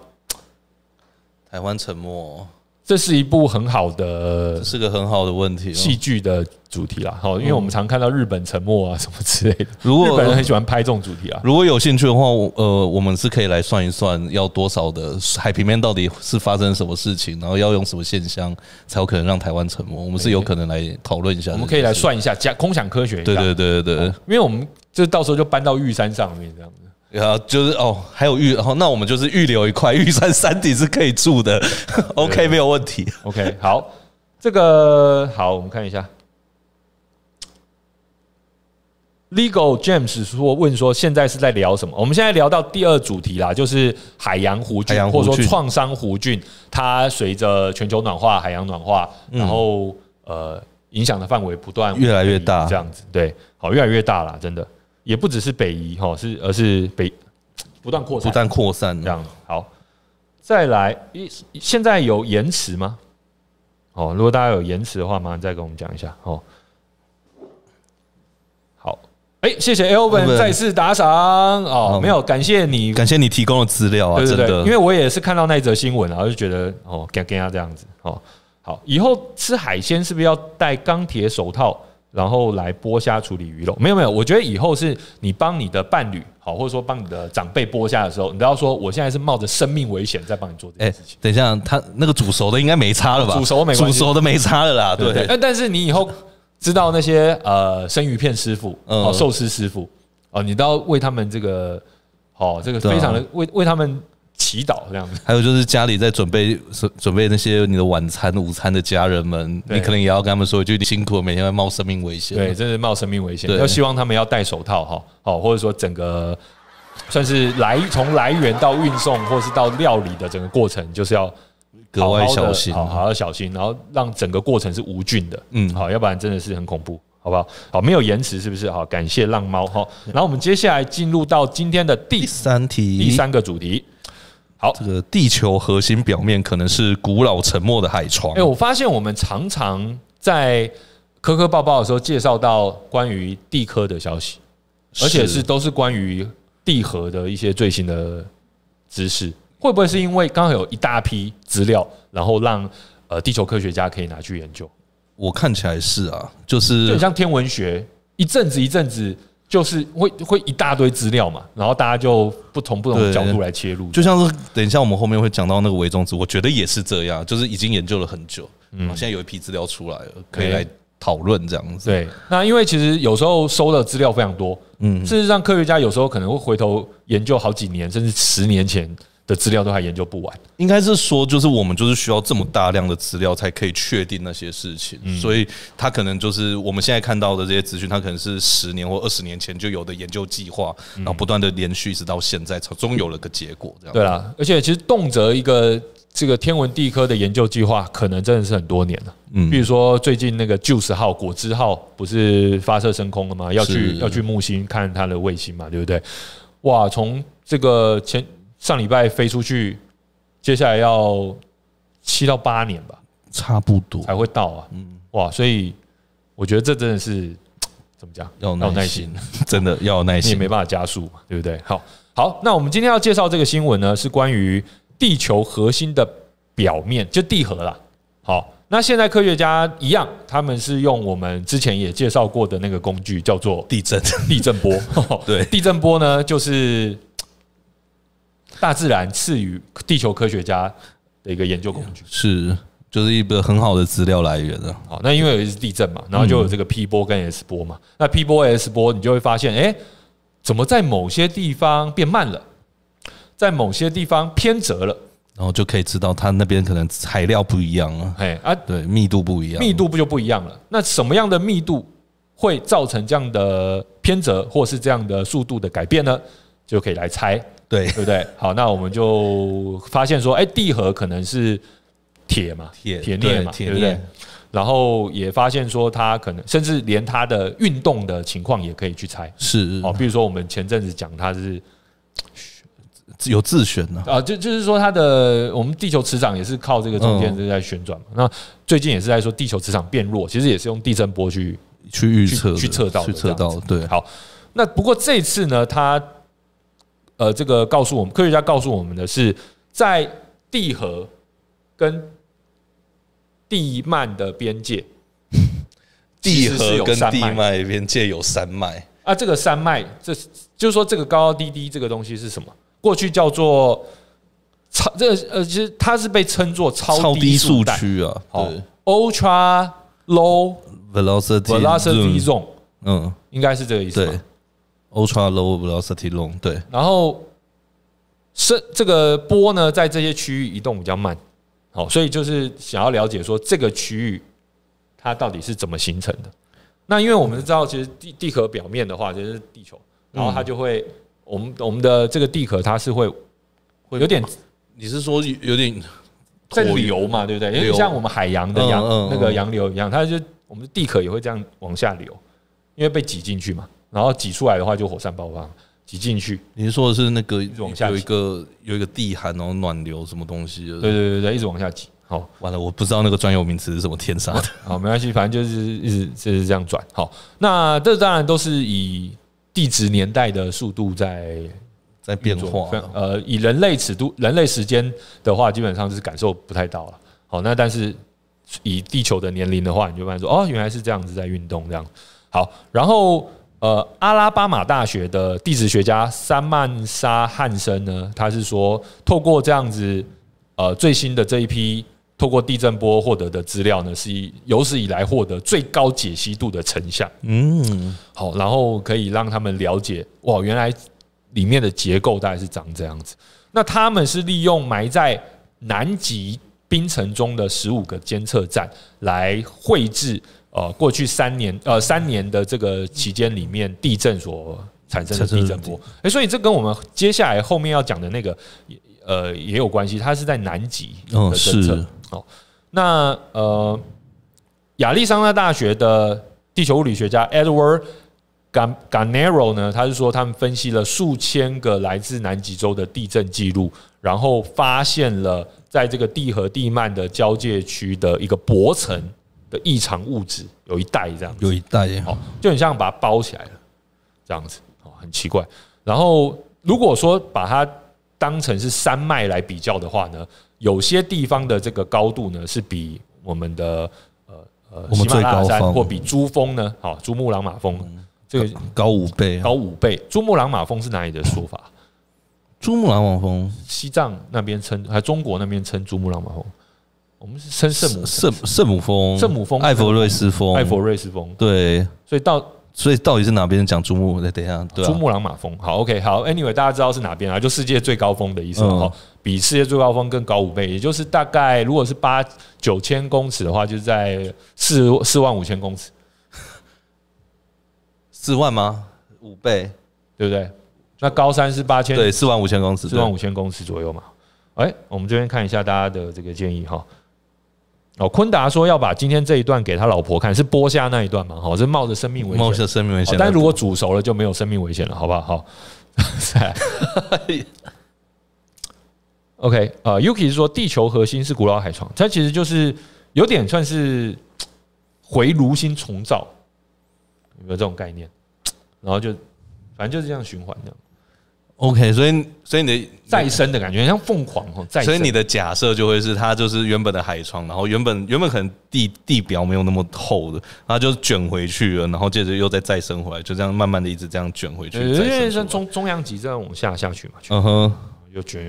台湾沉默，哦
这是一部很好的
这是个很好的问题哦。
戏剧的主题
嗯
啦，好，因为我们常看到日本沉没啊什么之类的，
如果
日本人很喜欢拍这种主题啊。
如果有兴趣的话，我呃，我们是可以来算一算，要多少的海平面到底是发生什么事情，然后要用什么现象才有可能让台湾沉没？我们是有可能来讨论一下，
哎我们可以来。算一下，加空想科学一下，
对对对对
因为我们就到时候就搬到玉山上面这样子。
对，然后就是哦，还有预，然后那我们就是预留一块玉山山顶是可以住的，OK，没有问题。
OK，好，这个好，我们看一下。Legal James 说问说现在是在聊什么？我们现在聊到第二主题啦，就是海洋弧
海
菌
洋弧菌
或者说创伤弧菌，它随着全球暖化、海洋暖化，然后呃影响的范围不断
嗯越来越大
这样子对，好越来越大啦，真的也不只是北移哈，是而是北不断扩
不
散，
但扩散
这，样好，再来，一现在有延迟吗？哦，如果大家有延迟的话，麻烦再跟我们讲一下哦。好，哎、谢谢 Elvin
Elvin
再次打赏哦，
嗯
没有，感谢你，
感谢你提供的资料啊，
对
真
对对，
的
因。为我也是看到那一则新闻啊，然后就觉得哦，跟跟他这样子哦，好，以后吃海鲜是不是要戴钢铁手套，然后来剥虾处理鱼肉？没有没有，我觉得以后是你帮你的伴侣，好，或者说帮你的长辈剥虾的时候，你都要说我现在是冒着生命危险在帮你做这
哎
件事情，，
等一下，他那个煮熟的应该没差了吧？
煮熟没关
煮
系
熟的没差了啦，
对不对？
对，
但但是你以后知道那些呃生鱼片师傅、
嗯
哦寿司师傅哦，你都要为他们这个哦这个
对啊
非常的为为他们祈祷这样子。
还有就是家里在准备准备那些你的晚餐、午餐的家人们，
对
你可能也要跟他们说一句：你辛苦了，每天会冒生命危险。
对，，真是冒生命危险。
对
要希望他们要戴手套哈，好，或者说整个算是来从来源到运送，或是到料理的整个过程，就是要
格外小心。
好好要小心，然后让整个过程是无菌的，嗯，
嗯
好，要不然真的是很恐怖，好不好？好，没有延迟是不是？好，感谢浪猫哈。然后我们接下来进入到今天的第
第三题，
第三个主题。好，
这个地球核心表面可能是古老沉没的海床。
哎、我发现我们常常在科科报报的时候介绍到关于地科的消息，而且是都是关于地核的一些最新的知识。会不会是因为刚好有一大批资料，然后让呃地球科学家可以拿去研究？
我看起来是啊，就
就很
是
像天文学，一阵子一阵子就是会会一大堆资料嘛，然后大家就不从不同的
对
角度来切入。
就像是等一下我们后面会讲到那个伪种子，我觉得也是这样，就是已经研究了很久，嗯，现在有一批资料出来了，可以
对
来讨论这样子。
对，那因为其实有时候收的资料非常多，嗯，事实上科学家有时候可能会回头研究好几年，甚至十年前的资料都还研究不完。
应该是说，就是我们就是需要这么大量的资料才可以确定那些事情，
嗯
所以他可能就是我们现在看到的这些资讯，它可能是十年或二十年前就有的研究计划，然后不断的连续一直到现在，才终有了个结果。这样
嗯对啦，而且其实动辄一个这个天文地科的研究计划，可能真的是很多年了。嗯，比如说最近那个 Juice 号、果汁号不是发射升空了吗？要去
是
要去木星看它的卫星嘛，对不对？哇，从这个前上礼拜飞出去，接下来要七到八年吧
差不多
才会到啊。嗯，哇，所以我觉得这真的是怎么讲？
要有
有耐
耐心， 真的要有耐
你也
心
没。办法加速嘛，对不对？好，好，那我们今天要介绍这个新闻呢，是关于地球核心的表面，就地核啦。好，那现在科学家一样，他们是用我们之前也介绍过的那个工具，叫做
地震
地震波。
对
地震波呢，就是大自然赐予地球科学家的一个研究工具。
是就是一个很好的资料来源啊。
好，那因为有一次地震嘛，然后就有这个 P 波跟 S 波嘛。那 P 波、S 波，你就会发现，哎、怎么在某些地方变慢了，在某些地方偏折了？
然后就可以知道它那边可能材料不一样啊，
哎啊，
对，密度不一样，
密度不就不一样了？那什么样的密度会造成这样的偏折，或是这样的速度的改变呢？就可以来猜，
对
对不对？好，那我们就发现说，哎、地核可能是铁嘛，
铁
铁镍
对
嘛，
铁
对不对
镍？
然后也发现说，它可能甚至连它的运动的情况也可以去猜
是
哦。比如说我们前阵子讲它是
有自选呢、
啊，就就是说它的我们地球磁场也是靠这个中间
嗯
是在旋转嘛。那最近也是在说地球磁场变弱，其实也是用地震波去
去预
去
测的、
去测到的
去测
这样
到
子
的，对，
好，那不过这次呢，他呃，这个告诉我们，科学家告诉我们的是，在地核跟地幔的边界其
地
实是
核
有
跟
山
地
脉
脉边界有山脉，
啊，这个山脉，这是就是说这个高高低低这个东西是什么？过去叫做超，这个呃，其实它是被称作超
超低
速
速
带，
区啊，
好
对
，ultra low
，velocity
velocity
zone，
zone，
嗯，
应该是这个意思吧
对？，ultra low velocity long，对，
然后是这个波呢，在这些区域移动比较慢，好，所以就是想要了解说这个区域它到底是怎么形成的。那因为我们知道，其实地地壳表面的话，就是地球，然后它就会，我们我们的这个地壳它是会会有点
你是说有点
在
椭圆
流嘛，对不对？因为
流
像我们海洋的洋
嗯嗯嗯
那个洋流一样，它就我们的地壳也会这样往下流，因为被挤进去嘛，然后挤出来的话就火山爆发，挤进去，
你是说的是那个
直往下
有一个有一个地寒，然后暖流什么东西的？
对对对对，一直往下挤，好。
完了，我不知道那个专有名词是什么，天杀的。
好，没关系，反正就是一直就是这样转。好，那这当然都是以地质年代的速度在
在变化
非常呃，以人类尺度、人类时间的话，基本上是感受不太到了。好，那但是以地球的年龄的话，你就发现说，哦，原来是这样子在运动这样。好，然后呃，阿拉巴马大学的地质学家山曼莎汉森呢，他是说，透过这样子呃最新的这一批。透过地震波获得的资料呢，是以有史以来获得最高解析度的成像。
嗯，
好，然后可以让他们了解，哇，原来里面的结构大概是长这样子。那他们是利用埋在南极冰层中的十五个监测站来绘制，呃，过去三年呃三年的这个期间里面地震所产生的地震波。诶，所以这跟我们接下来后面要讲的那个也呃也有关系，它是在南极
哦
的政策。
是
哦，那呃，亚利桑那大学的地球物理学家 Edward Gan Ganero 呢，他是说他们分析了数千个来自南极洲的地震记录，然后发现了在这个地和地幔的交界区的一个薄层的异常物质，有一带这样子，
有一代耶
哦，就很像把它包起来了，这样子哦，很奇怪。然后如果说把它当成是山脉来比较的话呢，有些地方的这个高度呢是比我们的呃呃
我们
喜马
最
拉雅
高
山
峰嗯
或比珠峰呢，好、珠穆朗玛峰这个
高五倍啊
高。五倍。珠穆朗玛峰是哪里的说法？
珠穆朗玛峰
西藏那边称，还中国那边称珠穆朗玛峰，我们是称圣母
圣圣母峰、
圣母峰
艾佛瑞斯峰、
艾佛瑞斯峰，
对，
所以到
所以到底是哪边讲珠穆？等一下，对
珠
啊，
穆朗玛峰，好，OK，好，Anyway，大家知道是哪边啊？就世界最高峰的意思嘛，
嗯
哈、比世界最高峰更高五倍，也就是大概如果是八九千公尺的话，就是在四四万五千公尺，
四万吗？五倍，
对不对？那高山是八千
对，四万五千公尺，
四万五千公尺左右嘛。哎，我们这边看一下大家的这个建议哈。哦，昆达说要把今天这一段给他老婆看，是播下那一段嘛？哈，是冒着生命危
对冒
险。
着生命危
好
险。
哦但如果煮熟了就没有生命危险了，好不好？好， 再来 OK，呃，Yuki 是说地球核心是古老海床，它其实就是有点算是回炉心重造，有没有这种概念？然后就反正就是这样循环，这样
OK，所以所以你的
再生的感觉，很像凤凰哦，再生。
所以你的假设就会是它就是原本的海床，然后原本原本可能地地表没有那么厚的，它就卷回去了，然后接着又再再生回来，就这样慢慢的一直这样卷回去，
对因为
再
像
生出来。
中中央级这样往下下去嘛，
嗯哼
又卷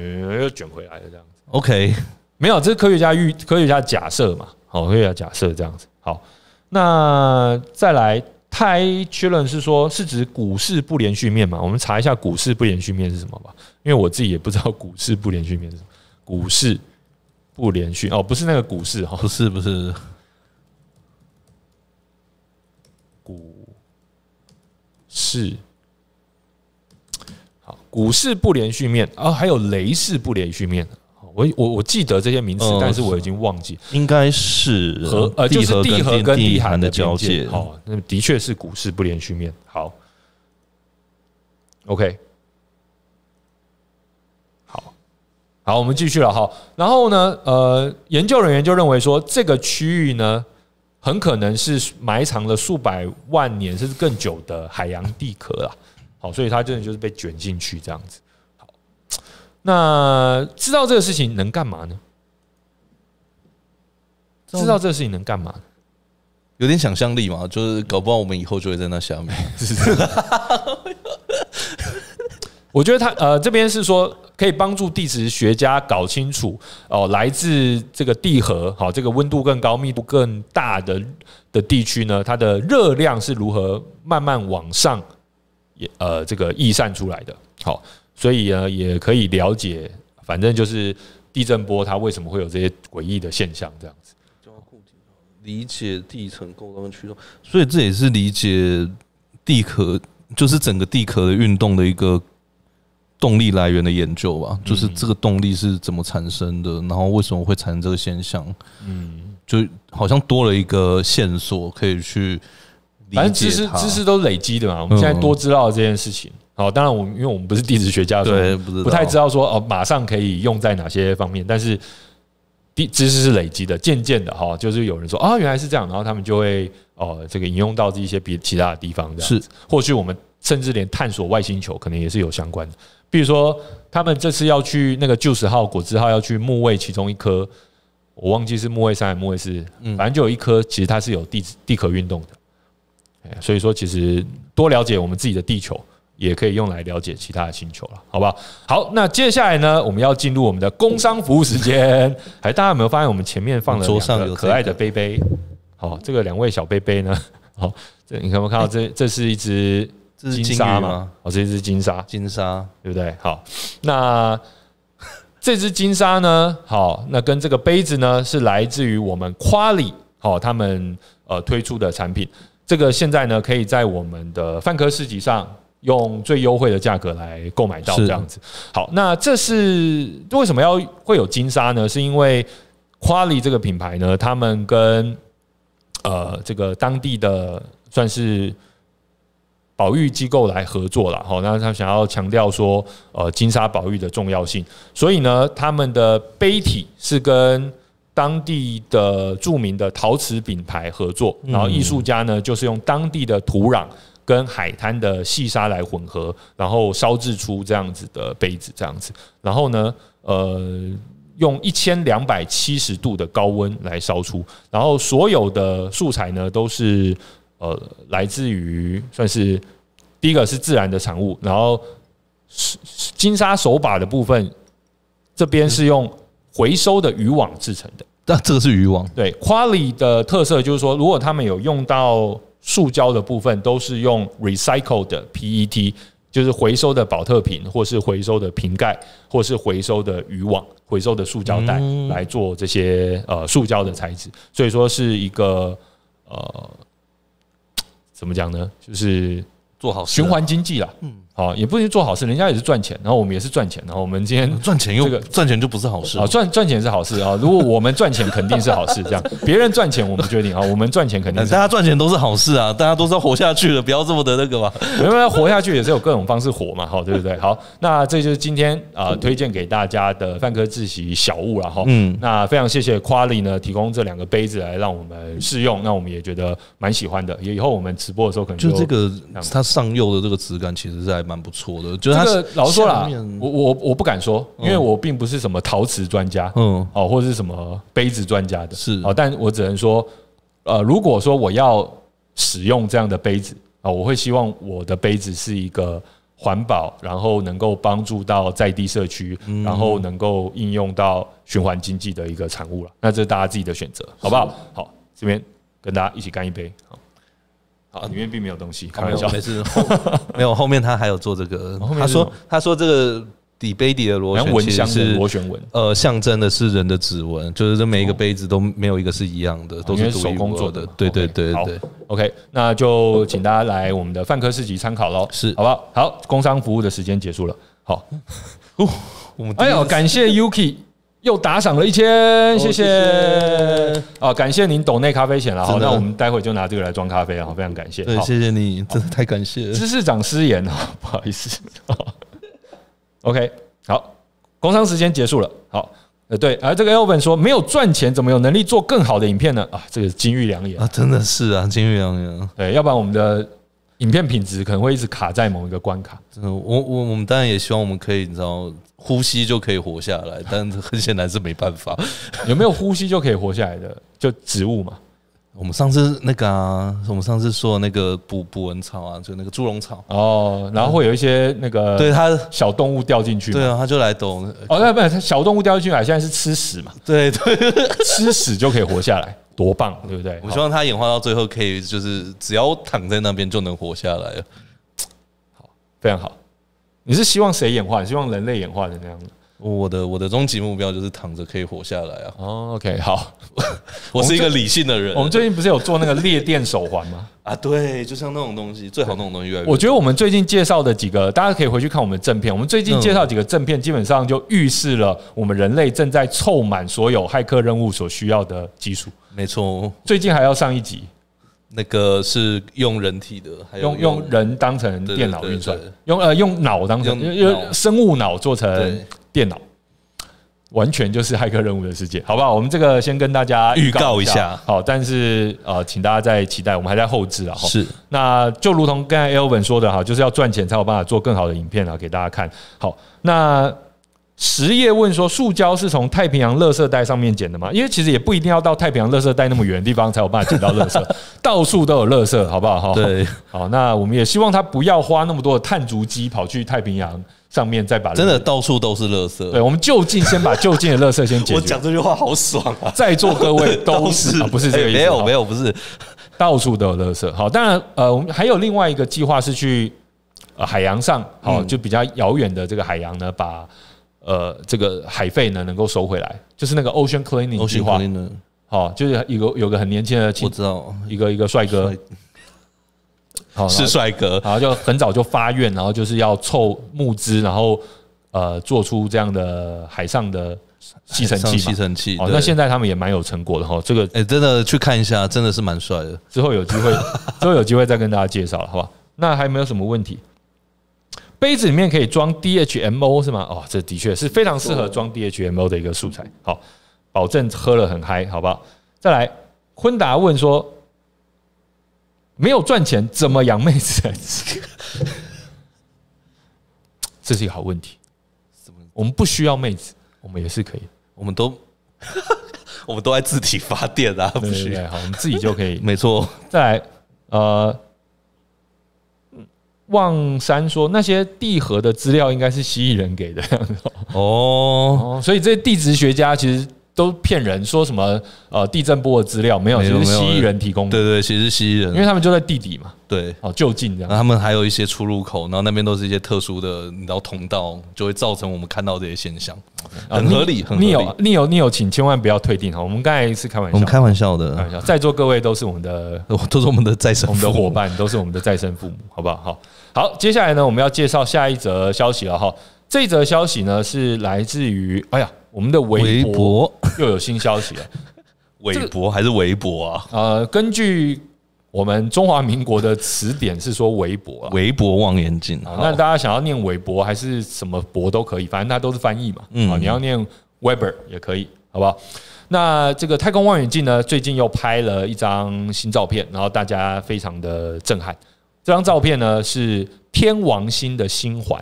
又卷回来了这样。
，OK，
没有，这是科学家预科学家假设嘛？好，科学家假设这样子。好，那再来，泰 children 是说是指股市不连续面嘛？我们查一下股市不连续面是什么吧，因为我自己也不知道股市不连续面是什么。股市不连续哦，不是那个股市哈、
不是不是，
股市。好，股市不连续面哦，还有雷市不连续面。好，我我我记得这些名词
嗯，
但是我已经忘记
应该是
和呃，就
地
是
核
地核跟地
地的
的
交
边界
界。
哦，那的确是股市不连续面。好，OK，好，好，我们继续了哈。然后呢，呃，研究人员就认为说，这个区域呢，很可能是埋藏了数百万年甚至更久的海洋地壳啦。好，所以它真的就是被卷进去这样子。好，那知道这个事情能干嘛呢？
知道
知道这个事情能干嘛呢？
有点想象力嘛，就是搞不好我们以后就会在那 下面。
我觉得他呃这边是说可以帮助地质学家搞清楚哦、来自这个地核好、这个温度更高、密度更大的的地区呢，它的热量是如何慢慢往上也呃这个溢散出来的。好，所以呢也可以了解，反正就是地震波它为什么会有这些诡异的现象这样子。
理解地层构造跟驱动，所以这也是理解地壳，就是整个地壳的运动的一个动力来源的研究
嗯
吧。就是这个动力是怎么产生的，然后为什么会产生这个现象？嗯，就好像多了一个线索可以去理
反正知
解
识
它。
知识都是累积的嘛，我们现在
嗯
多知道这件事情。好，当然我们因为我们不是地质学家，所以我们
对，不知道
不太知道说哦，马上可以用在哪些方面，但是第知识是累积的，渐渐的哈、就是有人说啊，原来是这样，然后他们就会哦，这个引用到一些别其他的地方，这样
是
或许我们甚至连探索外星球可能也是有相关的，比如说他们这次要去那个旧石号、果汁号要去木卫其中一颗，我忘记是木卫三还是木卫四，
嗯
反正就有一颗其实它是有地地壳运动的，哎所以说其实多了解我们自己的地球。也可以用来了解其他的星球了，好不好？好，那接下来呢，我们要进入我们的工商服务时间。哎，大家有没有发现我们前面放了
桌上
两个
有
可爱
这
的
个嗯
杯杯？好，这个两位小杯杯呢？好，这你有没有看到这？这是一只
这是
金
金
鲨
鲨
嘛
吗？？
哦，这只金鲨，
金鲨
对不对？好，那 这只金鲨呢？好，那跟这个杯子呢，是来自于我们夸里好他们呃推出的产品。这个现在呢，可以在我们的泛科市集上用最优惠的价格来购买到
是
这样子。好，那这是为什么要会有金鲨呢？是因为夸里这个品牌呢，他们跟呃这个当地的算是保育机构来合作了，好，那他想要强调说，呃，金沙保育的重要性，所以呢，他们的杯体是跟当地的著名的陶瓷品牌合作，然后艺术家呢，就是用当地的土壤跟海滩的细沙来混合，然后烧制出这样子的杯子，这样子，然后呢，呃，用一千两百七十度的高温来烧出，然后所有的素材呢都是呃来自于算是第一个是自然的产物，然后是是金沙手把的部分这边是用回收的渔网制成的。
那这个是渔网，
对，Quali 的特色就是说，如果他们有用到塑胶的部分，都是用 recycle 的 PET，就是回收的保特瓶，或是回收的瓶盖，或是回收的渔网、回收的塑胶袋
嗯
来做这些呃塑胶的材质，所以说是一个呃怎么讲呢？就是
做好事
循环经济啦。嗯，好，也不一定做好事，人家也是赚钱，然后我们也是赚钱，然后我们今天
赚钱
这
又
个
赚钱就不是好事
啊，。赚赚钱是好事啊。如果我们赚钱肯定是好事，这样别人赚钱我们决定啊，我们赚钱肯定
嗯 大
是。
家赚钱都是好事啊，大家都是要活下去的，不要这么的那个嘛。
因为活下去也是有各种方式活嘛，哈，对不对？好，那这就是今天啊、呃推荐给大家的范科自习小物了哈。
嗯
那非常谢谢 Quali 呢提供这两个杯子来让我们试用，那我们也觉得蛮喜欢的。也以后我们直播的时候可能
就这个
样子
它上釉的这个质感其实是还蛮不错的，就是它
这个老实说
下
啦
面，
我我我不敢说，因为
嗯
我并不是什么陶瓷专家，
嗯
哦，或者是什么杯子专家的，
是
哦，但我只能说，呃，如果说我要使用这样的杯子啊、哦我会希望我的杯子是一个环保，然后能够帮助到在地社区，
嗯
然后能够应用到循环经济的一个产物了。那这是大家自己的选择，好不好？好，这边跟大家一起干一杯，好，好，里面并没有东西，开玩
没有
笑，
没事，后 没有后面他还有做这个
后，面
他
是什么
说他说这个底杯底的螺
好像
旋
蚊
其
香
实
的
是
螺旋纹。
呃象征的是人的指纹，就是这每一个杯子都没有一个是一样的，都
哦因为
是
是
独一
手工
无二
做的
的
嘛，
对对
OK，
对
好
对，
OK，那就请大家来我们的范科市集参考喽，
是
好不好？好，工商服务的时间结束了，好，
我们第一
哎 哎呦，感谢 Yuki 又打赏了一千，谢
谢
哦谢啊！感谢您抖内咖啡钱了，好，
真的
那我们待会就拿这个来装咖啡啊，好非常感谢。
对，
好
谢谢你，真的太感谢了。
知识长失言啊， 不好意思。OK，好，工商时间结束了。好，呃，对，而、这个 Elvin 说没有赚钱，怎么有能力做更好的影片呢？啊，这个金玉良言。
啊，真的是啊，金玉良言啊，
对，要不然我们的影片品质可能会一直卡在某一个关 卡。
真的，我我我们当然也希望我们可以，你知道，呼吸就可以活下来，但很显然是没 办法。
有没有呼吸就可以活下来的？就植物嘛。
我们上次那个啊，我们上次说的那个捕捕蚊草啊，就那个猪笼草，
哦，然后会有一些那个
对它，
小动物掉进去。
对。啊，它就来懂，
哦，那不然它小动物掉进去啊，现在是吃屎嘛，
对对，
吃屎就可以活下来，多棒，对不对？
我希望它演化到最后可以，就是只要躺在那边就能活下来。
非常好。你是希望谁演化？你希望人类演化成那样的？
我的我的终极目标就是躺着可以活下来啊！
哦，OK，好。
我是一个理性的人
我们最近不是有做那个裂电手环吗？
啊，对，就像那种东西，最好那种东西越来越
我觉得我们最近介绍的几个，大家可以回去看我们的正片。我们最
嗯
近介绍几个正片，基本上就预示了我们人类正在凑满所有骇客任务所需要的技术。
没错，哦
最近还要上一集，
那个是用人体的，还有
用用人当成
对对
电脑运算
对对对，
用呃用脑当成
用
用
脑
生物脑做成
对
电脑，完全就是骇客任务的世界，好不好？我们这个先跟大家
预告
一
一下
好，但是呃，请大家再期待，我们还在后置啊，哈
是
那就如同刚才 Elvin 说的哈，就是要赚钱才有办法做更好的影片啊，给大家看。好，那实业问说，塑胶是从太平洋垃圾带上面捡的吗？因为其实也不一定要到太平洋垃圾带那么远的地方才有办法捡到 垃圾，到处都有垃圾，好不好？哈，
对，
哦好，那我们也希望他不要花那么多的碳足迹跑去太平洋上面再把
真的。到处都是垃圾。
对，我们就近先把就近的垃圾先解
我
决
讲。这句话好爽啊！哎
在座各位都是啊，不是这个意思？
没有
好
没有不是，
到处都有垃圾。好，当然，呃，我们还有另外一个计划是去、呃、海洋上，好、
嗯
就比较遥远的这个海洋呢，把呃这个海费呢能够收回来，就是那个 Ocean Cleaning
我
计划。
呢，
好、就是一个有个很年轻的
我
青
知道
一个一个帅哥
帅，
好
是
然后
帅哥，
然后就很早就发愿，然后就是要凑募资，然后呃做出这样的海上的吸尘
上
器
吸
嘛。
尘器。
哦，
对
那现在他们也蛮有成果的哈、哦这个
哎，真的去看一下，真的是蛮帅的。
之后有 机会，之后有机会再跟大家介绍了，好吧？那还有没有什么问题？杯子里面可以装 DHMO 是吗？哦，这的确是非常适合装 DHMO 的一个素材。好，保证喝了很嗨，好不好？再来，昆达问说，没有赚钱怎么养妹子 来吃？这是一个好问题。我们不需要妹子，我们也是可以，
我们都 我们都在自体发电啊，不
对对
需
对，好，我们自己就可以
没错，
再来，呃，望山说那些地核的资料应该是蜥蜴人给的，
哦，
哦，所以这些地质学家其实都骗人，说什么呃地震波的资料没有，其
没有
实是
没
蜥
有
蜴人提供的，
对对，啊其实蜥蜴
因为
人，
他们就在地底嘛，
对，
哦，就近这
然后
样。
他们还有一些出入口，然后那边都是一些特殊的，你知道通道，就会造成我们看到这些现象，很合理，很合
呃你
理。
有你有你有，请千万不要退订哈，我们刚才是开玩
我
笑
们，开玩笑
开
的
玩，笑，在座各位都是我们的
都是我们的再生
我们的
父母
伙伴都是我们的再生父母，好不好？好，好，接下来呢，我们要介绍下一则消息了哈。这则消息呢是来自于，哎呀，我们的微
微
博
博，
又有新消息了。
微博还是微博啊？
呃，根据我们中华民国的词典是说微博啊，
微博望远镜，
好
好
啊那大家想要念韦伯还是什么博都可以，反正它都是翻译嘛。嗯，
嗯
啊，你要念 Weber 也可以，好不好？那这个太空望远镜呢，最近又拍了一张新照片，然后大家非常的震撼。这张照片呢是天王星的星环，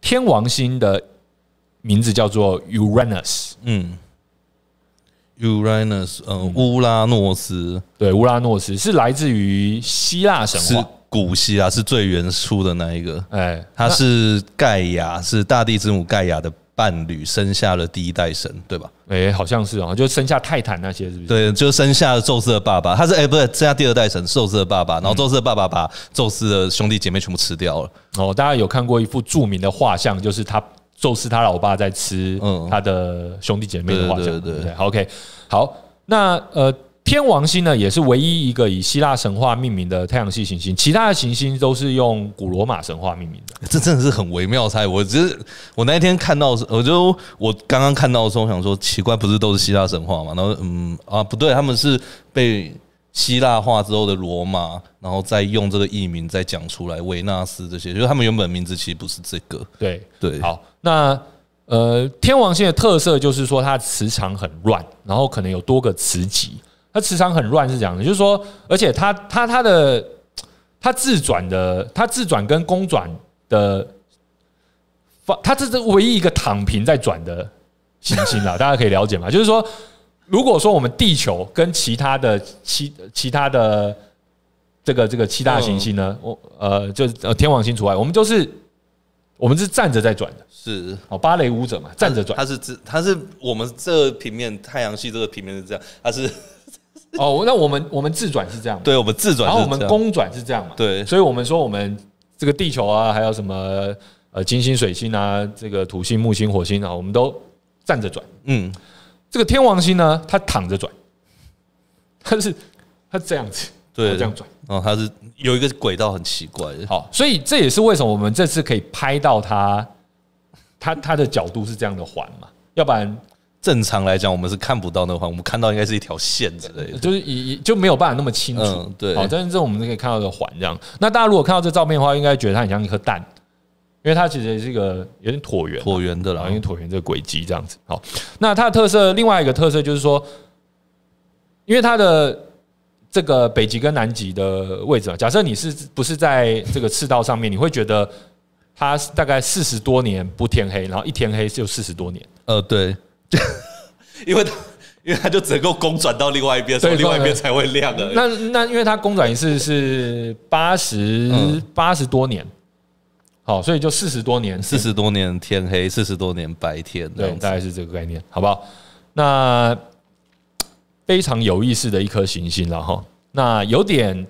天王星的名字叫做 Uranus，
嗯，Uranus，呃，乌拉诺斯
对，乌拉诺斯是来自于希腊神
是
话，
古希啊，是最原初的那一个，
哎，
他是盖亚，是大地之母盖亚的伴侣，生下了第一代神，对吧？
哎，好像是哦，就生下泰坦那些是不是？
对，就生下了宙斯的爸爸，他是哎、不是生下第二代神宙斯的爸爸，然后宙斯的爸爸把宙斯的兄弟姐妹全部吃掉了，
哦，大家有看过一幅著名的画像，就是他宙斯他老爸在吃
嗯
他的兄弟姐妹的画像，
对对对
不对好，OK，好，那呃，天王星呢，也是唯一一个以希腊神话命名的太阳系行星，其他的行星都是用古罗马神话命 名的。
这真的是很微妙的差异。我只是我那一天看到的时候，我就我刚刚看到的时候，我想说奇怪，不是都是希腊神话嘛？然后嗯啊，不对，他们是被希腊化之后的罗马，然后再用这个译名再讲出来维纳斯这些，就是他们原本名字其实不是这个。
对，
对，
好，那呃，天王星的特色就是说它磁场很乱，然后可能有多个磁极。它磁场很乱是这样的，就是说，而且它它它的它自转的它自转跟公转的方，它这是唯一一个躺平在转的行星啦，大家可以了解嘛？就是说，如果说我们地球跟其他的其其他的这个这个七大行星呢，
嗯
我呃就是呃天王星除外，我们就是我们是站着在转的
是
哦，芭蕾舞者嘛，站着转。
它是指它是我们这平面太阳系这个平面是这样，它是
哦，那我们我们自转是这样嘛，
对我们自转
然
是这样，
后我们公转是这样嘛，
对
所以我们说我们这个地球啊，还有什么呃金星、水星啊，这个土星、木星、火星啊，我们都站着转。
嗯，
这个天王星呢，它躺着转，它是它这样子，
对
它这样转。
然后它是有一个轨道很奇怪的，
好，所以这也是为什么我们这次可以拍到它，它它的角度是这样的环嘛，要不然
正常来讲，我们是看不到那环，我们看到应该是一条线之类的。
就是也也就没有办法那么清楚。
嗯对
好，但是这我们可以看到的环这样。那大家如果看到这照片的话，应该觉得它很像一颗蛋，因为它其实是一个有点椭圆，
椭圆的
然
啦
后，因为椭圆这个轨迹这样子。好，那它的特色另外一个特色就是说，因为它的这个北极跟南极的位置啊，假设你是不是在这个赤道上面，你会觉得它大概四十多年不天黑，然后一天黑就四十多年。
呃，对， 因为它因为它就只够公转到另外一边，所以
对
另外一边才会亮的。
那那因为它公转一次是八十
嗯
八十多年，好，所以就四十多年，
四十多年天黑，四十多年白天，这
对，
样子
大概是这个概念，好不好？那非常有意思的一颗行星了哈，那有点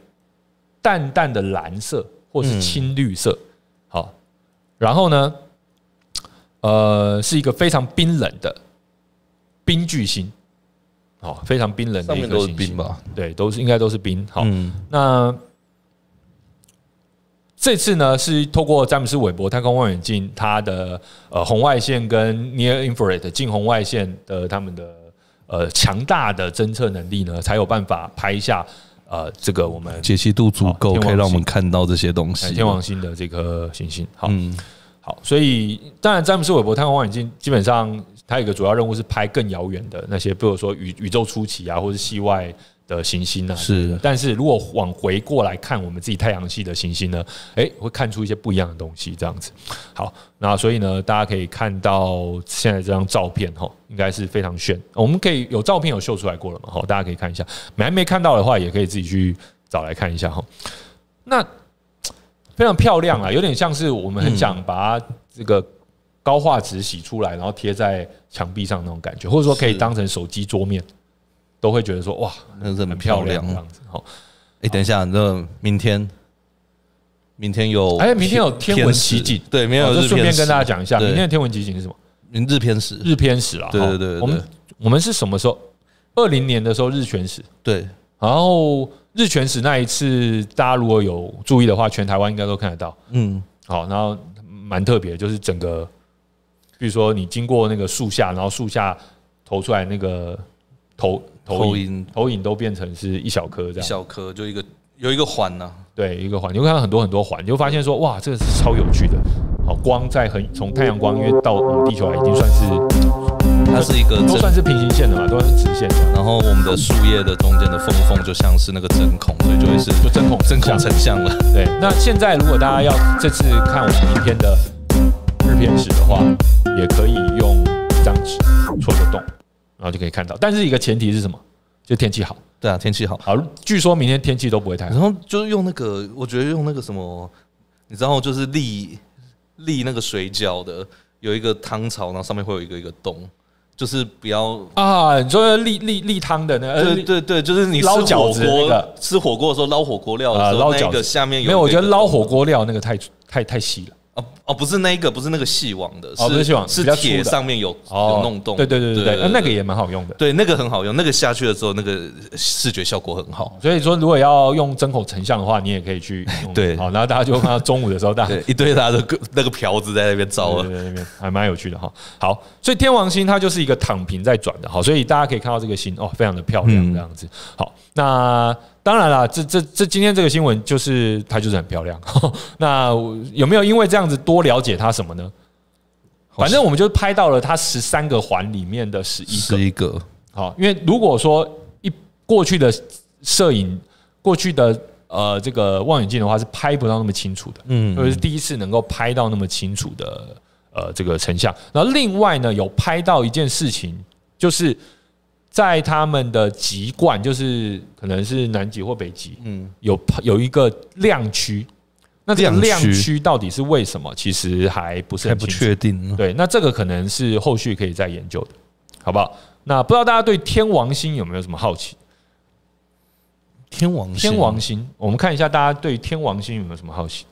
淡淡的蓝色或是青绿色，好，然后呢，呃，是一个非常冰冷的冰巨星，好，非常冰冷的
上
一
面
颗
都是
行
冰
星，
吧？
对，都是应该都是冰，好，
嗯，
那这次呢，是透过詹姆斯·韦伯太空望远镜，它的呃红外线跟 near infrared 近红外线的他们的呃强大的侦测能力呢，才有办法拍下呃这个我们
解析度足够，
好天王星哎
可以让我们看到这些东西。
天王，星的这颗行星。好，
嗯，
好，所以当然，詹姆斯·韦伯太空望远镜基本上它有一个主要任务是拍更遥远的那些，比如说宇宇宙初期啊，或是系外的行星啊。
是
但是如果往回过来看我们自己太阳系的行星呢，诶，会看出一些不一样的东西。这样子，好，那所以呢，大家可以看到现在这张照片哈，应该是非常炫。我们可以有照片有秀出来过了嘛？哈，大家可以看一下。你还没看到的话，也可以自己去找来看一下哈。那非常漂亮啊，有点像是我们很
嗯
想把它这个高画质洗出来，然后贴在墙壁上那种感觉，或者说可以
是
当成手机桌面，都会觉得说哇，
那是
很
很
漂
漂
亮
亮
这。样子。好，
哎，等一下，那明天，明天有
哎明天有天文奇景
天使对，明天
我
有
就
日
哦顺便
偏
跟大家讲一下，
对
明天的天文集锦是什么？
日偏食，
日偏食啦。
对
哈
对对对
我们我们是什么时候？二零年的时候日全食，
对，
然后日全食那一次，大家如果有注意的话，全台湾应该都看得到。
嗯，
好，然后蛮特别的，就是整个，比如说你经过那个树下，然后树下投出来那个投投
投
影，
影
投影都变成是一小颗这
一
样，
小颗就一个有一个环啊呐、
对，一个环，你会看到很多很多环，你会发现说，哇，这个是超有趣的。好，光在很从太阳光，因为到我们地球来已经算是
它是一个
都
针，
算是平行线的嘛，都算是直线的，
然后我们的树叶的中间的缝缝就像是那个针孔，所以就会是
就针孔
针
像
孔成像 了。
对，那现在如果大家要这次看我们明天的日片史的话，也可以用一张纸戳个洞，然后就可以看到。但是一个前提是什么？就天气好。
对啊，天气好，
好，据说明天天气都不会太
然
好。
后就是用那个，我觉得用那个什么，你知道，就是立立那个水饺的，有一个汤槽，然后上面会有一个一个洞，就是不要。
啊，你说立立立汤的那个，呃
对对对，就是你吃
捞
火
饺子那
锅
个
吃火锅的时候捞火锅料的
啊
时候，
捞
那
饺
一个
子
下面
没
一
有，我觉得
个
捞火锅料那个太太太细了。
哦哦，不是那一个，不是那个细网的，
哦不是细网
是
比较粗的
铁上面有有哦弄洞。
对对对对对，呃那个也蛮好用的。
对那个很好用，那个下去了之后，那个视觉效果很好。
所以说，如果要用针孔成像的话，你也可以去用。
对
好，然后大家就看到中午的时候，大家
对，一堆他的个那个瓢子在那边
对
招了。
对对，那边还蛮有趣的哈。好，所以天王星它就是一个躺平在转的，好，所以大家可以看到这个星哦，非常的漂亮
嗯
这样子。好，那当然啦，这这这今天这个新闻就是它就是很漂亮。那我有没有因为这样子多了解它什么呢？
好
反正我们就拍到了它十三个环里面的十一个
是。一个
好，因为如果说一过去的摄影，过去的呃这个望远镜的话是拍不到那么清楚的，
嗯
嗯，就是第一次能够拍到那么清楚的呃这个成像。然后另外呢，有拍到一件事情，就是在他们的籍贯，就是可能是南极或北极，
嗯
嗯，有有一个亮区。那这个
亮
亮
区
区到底是为什么？其实还不是
还
很
不
清楚
确定。
对，那这个可能是后续可以再研究的，好不好？那不知道大家对天王星有没有什么好奇？
天王星
天王星，我们看一下大家对天王星有没有什么好奇？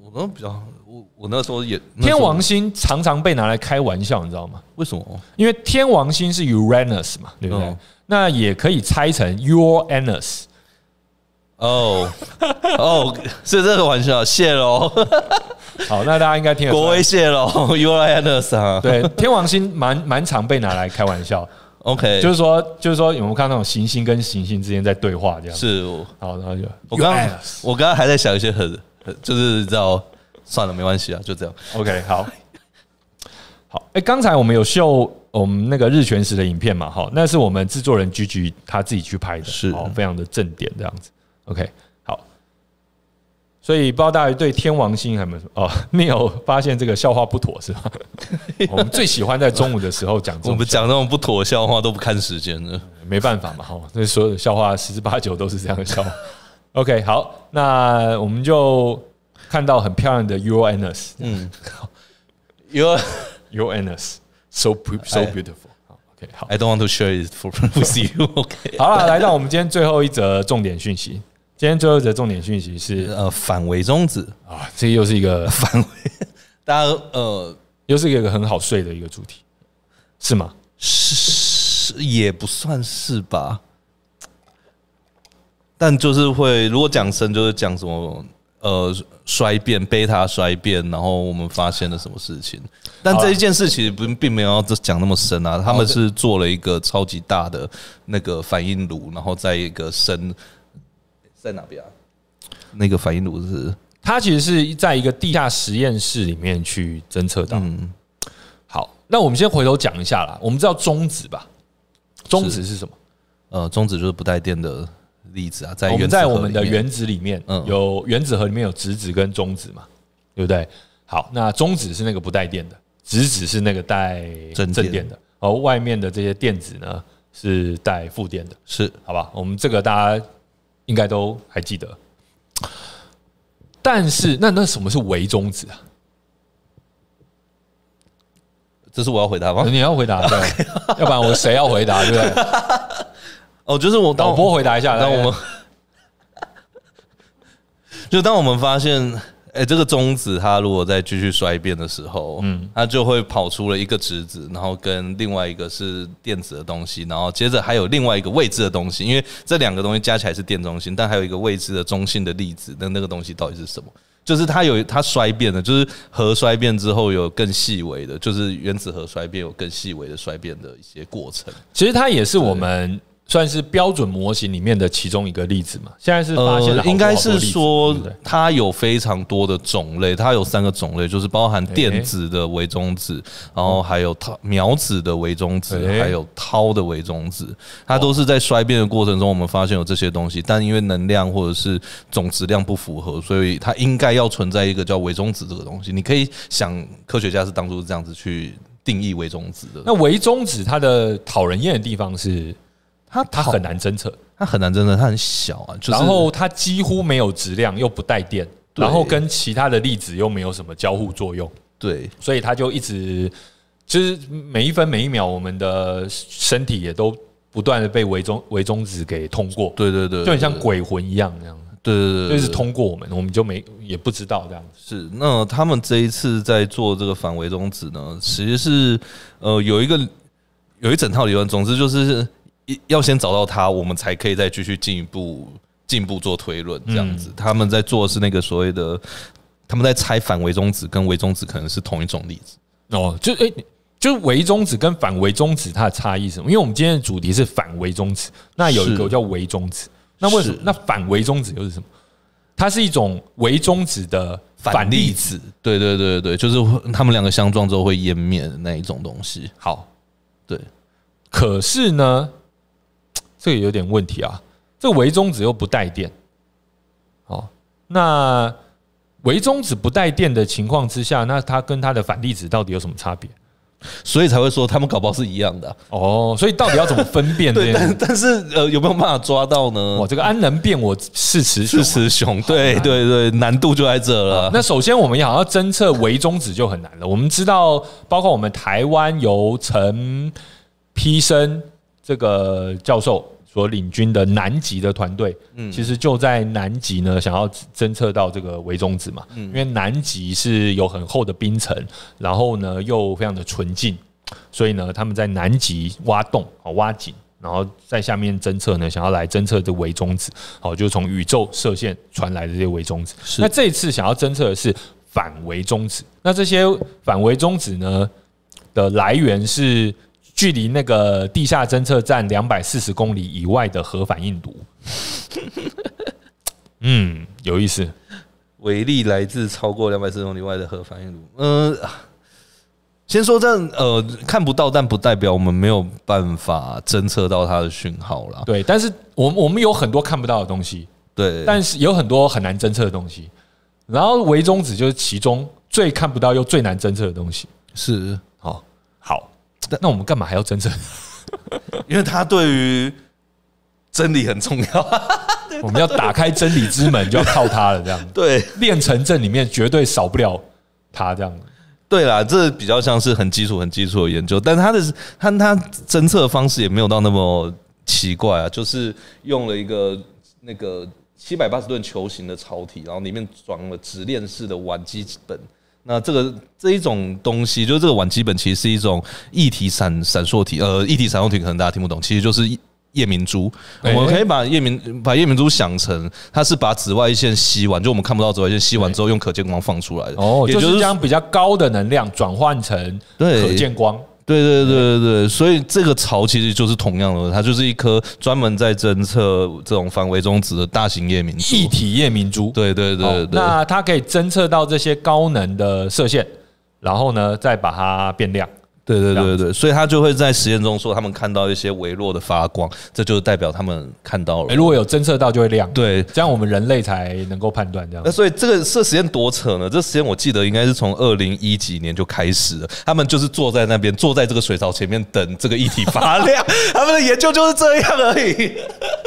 我那比较，我我那时候也
天王星常常被拿来开玩笑，你知道吗？
为什么？
因为天王星是 Uranus 嘛，对不对？
嗯
那也可以拆成 Uranus，
哦哦，是这个玩笑，谢喽，
好，那大家应该听得
国
出来
威。谢喽，Uranus 啊，
对，天王星蛮蛮常被拿来开玩笑，
，OK，
就
就是
说，就是说，有没有看到那种行星跟行星之间在对话这样？
是我
好，然后就
我刚刚
Uranus
我刚刚还在想一些很，很就是你知道，算了，没关系啊，就这样。
OK，好，好，哎、刚才我们有秀呃我们那个日全食的影片嘛，哈，那是我们制作人菊菊他自己去拍的，
是
哦，非常的正点这样子。OK，好，所以不知道大家对天王星还有没有什么哦？ 你有发现这个笑话不妥 是吧？我们最喜欢在中午的时候讲这
我
种
们，讲那种不妥笑话都不看时间的，
没办法嘛，哈，那所有的笑话十之八九都是这样的笑 话。OK，好，那我们就看到很漂亮的 Uranus，
嗯，因为
Uranus so pre- so
哎
beautiful。好，OK，好，
I don't want to share it for with you. OK，
好了，来到我们今天最后一则重点讯息。今天最后一则重点讯息是
呃，反为中指，
啊，这又是一个
反为，大家呃
又是一个很好睡的一个主题，是吗？
是是也不算是吧，但就是会如果讲深，就是讲什么呃衰变、贝塔衰变，然后我们发现了什么事情。但这一件事其实不并没有要讲那么深啊，他们是做了一个超级大的那个反应炉，然后在一个深在哪边啊？那个反应炉是
它其实是在一个地下实验室里面去侦测到。
嗯
好，那我们先回头讲一下啦。我们知道中子吧？中子是什么？
呃中子就是不带电的例子啊，在
哦我
原
们
子
在
核
我们的
里面
原子里面
嗯
有原子核里面有质子跟中子嘛，对不对？好，那中子是那个不带电的，质子是那个带
正电
正电的，而外面的这些电子呢是带负电的，
是
好吧？我们这个大家应该都还记得。但是，那那什么是微中子啊？
这是我要回答吗？
你要回答，对， 要不然我谁要回答，对不对？
哦，就是我当
导
我
播回答一下，
当
来哎
我们 就当我们发现，哎、这个中子它如果再继续衰变的时候，嗯，它就会跑出了一个质子，然后跟另外一个是电子的东西，然后接着还有另外一个未知的东西，因为这两个东西加起来是电中心，但还有一个未知的中性的粒子，那那个东西到底是什么？就是它有它衰变的，就是核衰变之后有更细微的，就是原子核衰变有更细微的衰变的一些过程。
其实它也是我们算是标准模型里面的其中一个例子嘛。现在是发现了好多
呃应该是
好多
说
例子对不对
它有非常多的种类，它有三个种类，就是包含电
诶
子的微中子，然后还有涛苗子的微中子，
诶
还有涛的微中子，它都是在衰变的过程中，我们发现有这些东西，但因为能量或者是总质量不符合，所以它应该要存在一个叫微中子这个东西。你可以想，科学家是当初是这样子去定义微中子的，
那维中子它的讨人厌的地方是
它
它很，难侦测，
它很难，真的，它很小啊，就是
然后它几乎没有质量，又不带电，
对
然后跟其他的粒子又没有什么交互作用，
对。
所以它就一直就是每一分每一秒，我们的身体也都不断的被维中维中子给通过，
对对对，
就很像
对
鬼魂一样那样。
对对对
就
对
是通过我们，我们就没也不知道这样子。
是，那他们这一次在做这个反围中止呢，其实是呃有一个有一整套理论，总之就是一要先找到它，我们才可以再继续进一步进一步做推论这样子。他们在做的是那个所谓的，他们在拆反围中止跟围中止可能是同一种例子。
哦，就诶、就是围中指跟反围中指它的差异是什么？因为我们今天的主题是反围中指，那有一
是
个叫围中指，那为什么
是？
那反围中指又是什么？它是一种围中指的反例子。
子，对对对对，就是会他们两个相撞之后会湮灭的那一种东西。
好，
对，
可是呢，这个有点问题啊。这个围中指又不带电，哦，那围中指不带电的情况之下，那它跟它的反粒子到底有什么差别？
所以才会说他们搞不好是一样的啊、
哦，所以到底要怎么分 辨这
对，
件事
但？但是呃，有没有办法抓到呢？
哦哇，这个安能辨我是雌雄
是。雌雄，对对对，难度就在这了。
那首先我们想要侦测围中指就很难了。我们知道，包括我们台湾由陈丕生这个教授所领军的南极的团队，
嗯
其实就在南极呢，想要侦测到这个围中指嘛，
嗯
因为南极是有很厚的冰层，然后呢又非常的纯净，所以呢他们在南极挖洞啊挖井。然后在下面侦测呢，想要来侦测这围中子，好，就是从宇宙射线传来的这些围中子。
是
那这一次想要侦测的是反围中子，那这些反围中子呢的来源是距离那个地下侦测站两百四十公里以外的核反应炉。嗯，有意思。
伟力来自超过两百四十公里外的核反应炉。嗯、呃，先说这样呃看不到，但不代表我们没有办法侦测到它的讯号啦。
对，但是我们我们有很多看不到的东西，
对，
但是有很多很难侦测的东西。然后围中子就是其中最看不到又最难侦测的东西。
是
好，好，那我们干嘛还要侦测？
因为它对于真理很重要。
我们要打开真理之门，就要靠它了，这 样。
对
练成阵里面绝对少不了他这样。
对啦，这比较像是很基础、很基础的研究，但它的它它侦测方式也没有到那么奇怪啊，就是用了一个那个七百八十吨球形的槽体，然后里面装了直链式的烷基本。那这个这一种东西，就是这个烷基本其实是一种液体闪闪烁体，呃，液体闪烁体可能大家听不懂，其实就是夜夜明珠。我
哎
们可以把夜明把夜明珠想成，它是把紫外线吸完，就我们看不到紫外线吸完之后，用可见光放出来的。
哦，
也
就是将比较高的能量转换成
对
可见光。
对对对对对，所以这个槽其实就是同样的，它就是一颗专门在侦测这种反围中子的大型夜明珠
一。体夜明珠。
对对
好
对对，
那它可以侦测到这些高能的射线，然后呢再把它变亮。
对
这
对
样
对对，所以他就会在实验中说他们看到一些微弱的发光，这就代表他们看到
诶
了。
如果有侦测到就会亮，
对，
这样我们人类才能够判断这样
那。所以这个这实验多扯呢？这实验我记得应该是从二零一几年就开始了，他们就是坐在那边，坐在这个水槽前面等这个液体 发亮，他们的研究就是这样而已。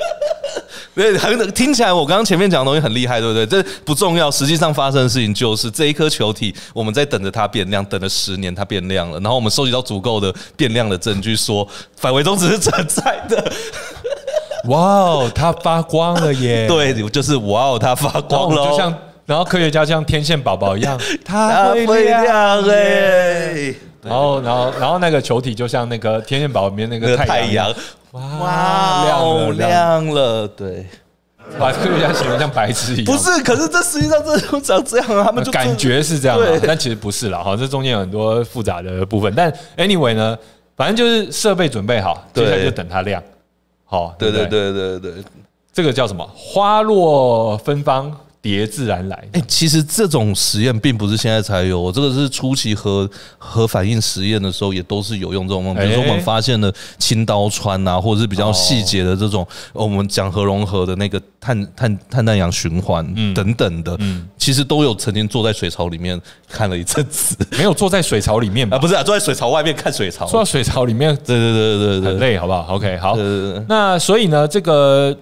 对，很听起来我刚刚前面讲的东西很厉害，对不对？这不重要，实际上发生的事情就是这一颗球体，我们在等着它变亮，等了十年它变亮了，然后我们收集到足够的变亮的证据说，反围中只是存在的。
哇哦，它发光了 耶！，
对，就是哇哦，它发
然后
光
我们
了，
就像，然后科学家像天线宝宝一 样，
它
它
会亮哎、
耶然后，然后，然后那个球体就像那个天线宝宝里面那
那
个
个太
太阳一样，
阳，
哇，
哦
亮了亮了，
亮了，对，
把科学家形容像白痴一样，
不是，可是这实际上这就长这样啊，他们就
感觉是这样、
对
啊，但其实不是啦，哈，这中间有很多复杂的部分。但 anyway 呢，反正就是设备准备好，
对
接下来就等它亮。好，
对
不
对，对对对对。
这个叫什么？花落芬芳，蝶自然来。
哎、其实这种实验并不是现在才有，我这个是初期核核反应实验的时候也都是有用这种方法，比如说我们
哎
发现了青刀川啊，或者是比较细节的这种，呃我们讲核融合的那个碳碳碳氮氧循环等等的，其实都有曾经坐在水槽里面看了一阵子
没有坐在水槽里面
啊，
吧？
不是啊，坐在水槽外面看水槽，
坐在水槽里面
对对对对对
很
对
累，好不好？OK，好。
呃对对对。
那所以呢，这个嘖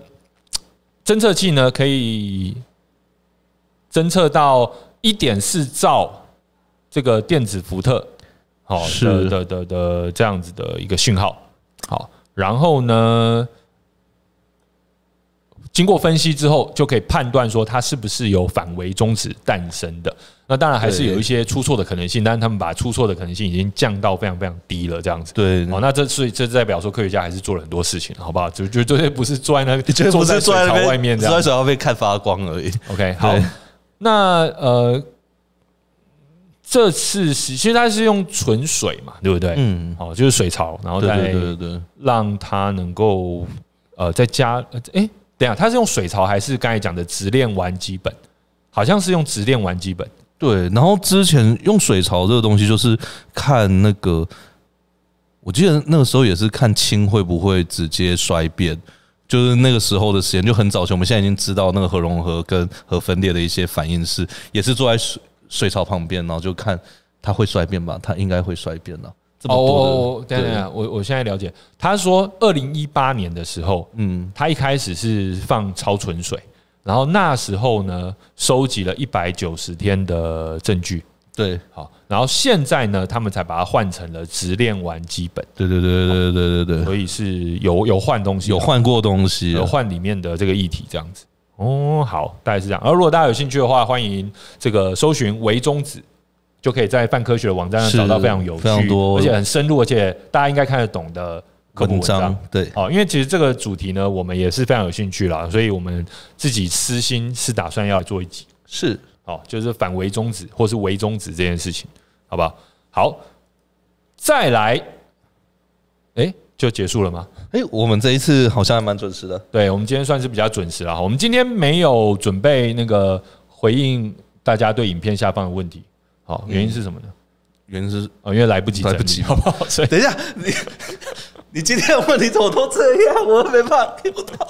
侦测器呢，可以侦测到一点四兆这个电子伏特，好、
是
的的的的这样子的一个讯号，好，然后呢，经过分析之后，就可以判断说它是不是有反围终止诞生的。那当然还是有一些出错的可能性，但是他们把出错的可能性已经降到非常非常低了，这样子。
对
好，哦那这是这代表说科学家还是做了很多事情，好不好？就就这些不是坐在那，
就是
坐
不
在
是
水
坐在那
槽
边
外面这
坐在
样。
水槽被看发光而已。
OK，好
对，
那呃，这次是其实它是用纯水嘛，对不对？
嗯，
哦，就是水槽，然后
对
再
对对对对，
让它能够呃再加呃诶，等一下它是用水槽还是刚才讲的直链玩基本？好像是用直链玩基本，
对，然后之前用水槽这个东西，就是看那个，我记得那个时候也是看氢会不会直接衰变，就是那个时候的实验就很早前，我们现在已经知道那个核融合跟核分裂的一些反应是，也是坐在水水槽旁边，然后就看它会衰变吧，它应该会衰变了。这么多
哦，等
的，
一下等一下，我我现在了解。他说，二零一八年的时候，
嗯，
他一开始是放超纯水，然后那时候呢，收集了一百九十天的证据，
对，
好，然后现在呢，他们才把它换成了直链玩基本，
对对对对对对对对，
所以是有有换东西，
有换过东西了，
有呃换里面的这个议题这样子。哦，好，大概是这样。而如果大家有兴趣的话，欢迎这个搜寻“维中子”，就可以在泛科学的网站上
是
找到非常有趣、
非常多
而且很深入，而且大家应该看得懂的科普文
文
章
章。，对，
哦，因为其实这个主题呢，我们也是非常有兴趣啦，所以我们自己私心是打算要做一集，
是
哦，就是反围中止或是围中止这件事情，好不好？好，再来，诶，就结束了吗？
哎、我们这一次好像还蛮准时的。
对，我们今天算是比较准时了哈。我们今天没有准备那个回应大家对影片下方的问题，好，原因是什么呢？
原因是
哦，因为来不及整理，
嗯来不及
好不好？ 所以
等一下，你 你今天的问题怎么都这样？我没办法 get 到。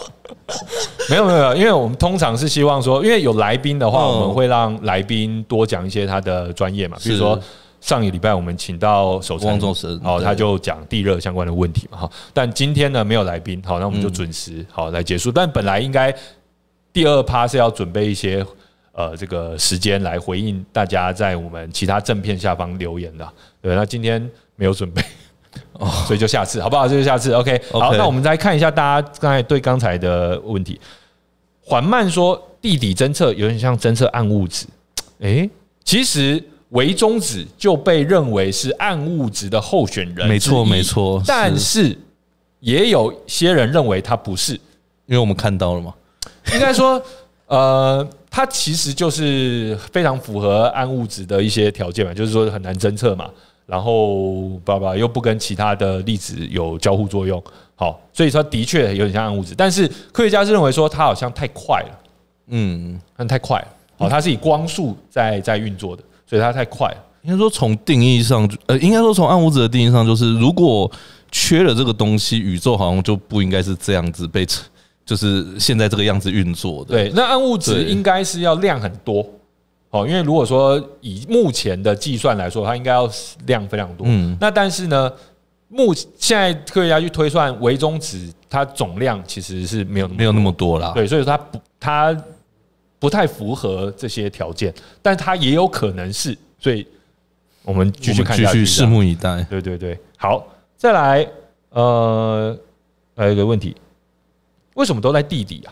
没有没有，没有，因为我们通常是希望说，因为有来宾的话，
嗯
我们会让来宾多讲一些他的专业嘛，比如说
是。
上一礼拜我们请到手
汪
成
仲神
好，
对
他就讲地热相关的问题嘛，哈。但今天呢没有来宾，好，那我
嗯
们就准时好来结束。但本来应该第二趴是要准备一些呃这个时间来回应大家在我们其他正片下方留言的，对。那今天没有准备，哦， 所以就下次好不好？就是下次 OK。好，
OK
那我们再看一下大家刚才对刚才的问题。缓慢说，地底侦测有点像侦测暗物质。诶、其实维中子就被认为是暗物质的候选人，
没错没。错，
但
是
是也有些人认为它不是，
因为我们看到了嘛，
应该说，呃，它其实就是非常符合暗物质的一些条件嘛，就是说很难侦测嘛，然后爸爸又不跟其他的粒子有交互作用，好，所以说的确有点像暗物质，但是科学家是认为说它好像太快了。
嗯，
但太快了，哦，它是以光速在在运作的，所以它太快了。
应该说从定义上，呃，应该说从暗物质的定义上，就是如果缺了这个东西，宇宙好像就不应该是这样子被成，就是现在这个样子运作的。
对，那暗物质
对
应该是要量很多，哦，因为如果说以目前的计算来说，它应该要量非常多。
嗯
那但是呢，目现在科学家去推算微中子它总量其实是没有那么
没有那么多啦。
对，所以说它不它不太符合这些条件，但它也有可能是，所以我们继续
我们
看
继
下去
续
这样
拭目以待。
对对对，好，再来，呃，还有一个问题，为什么都在地底啊？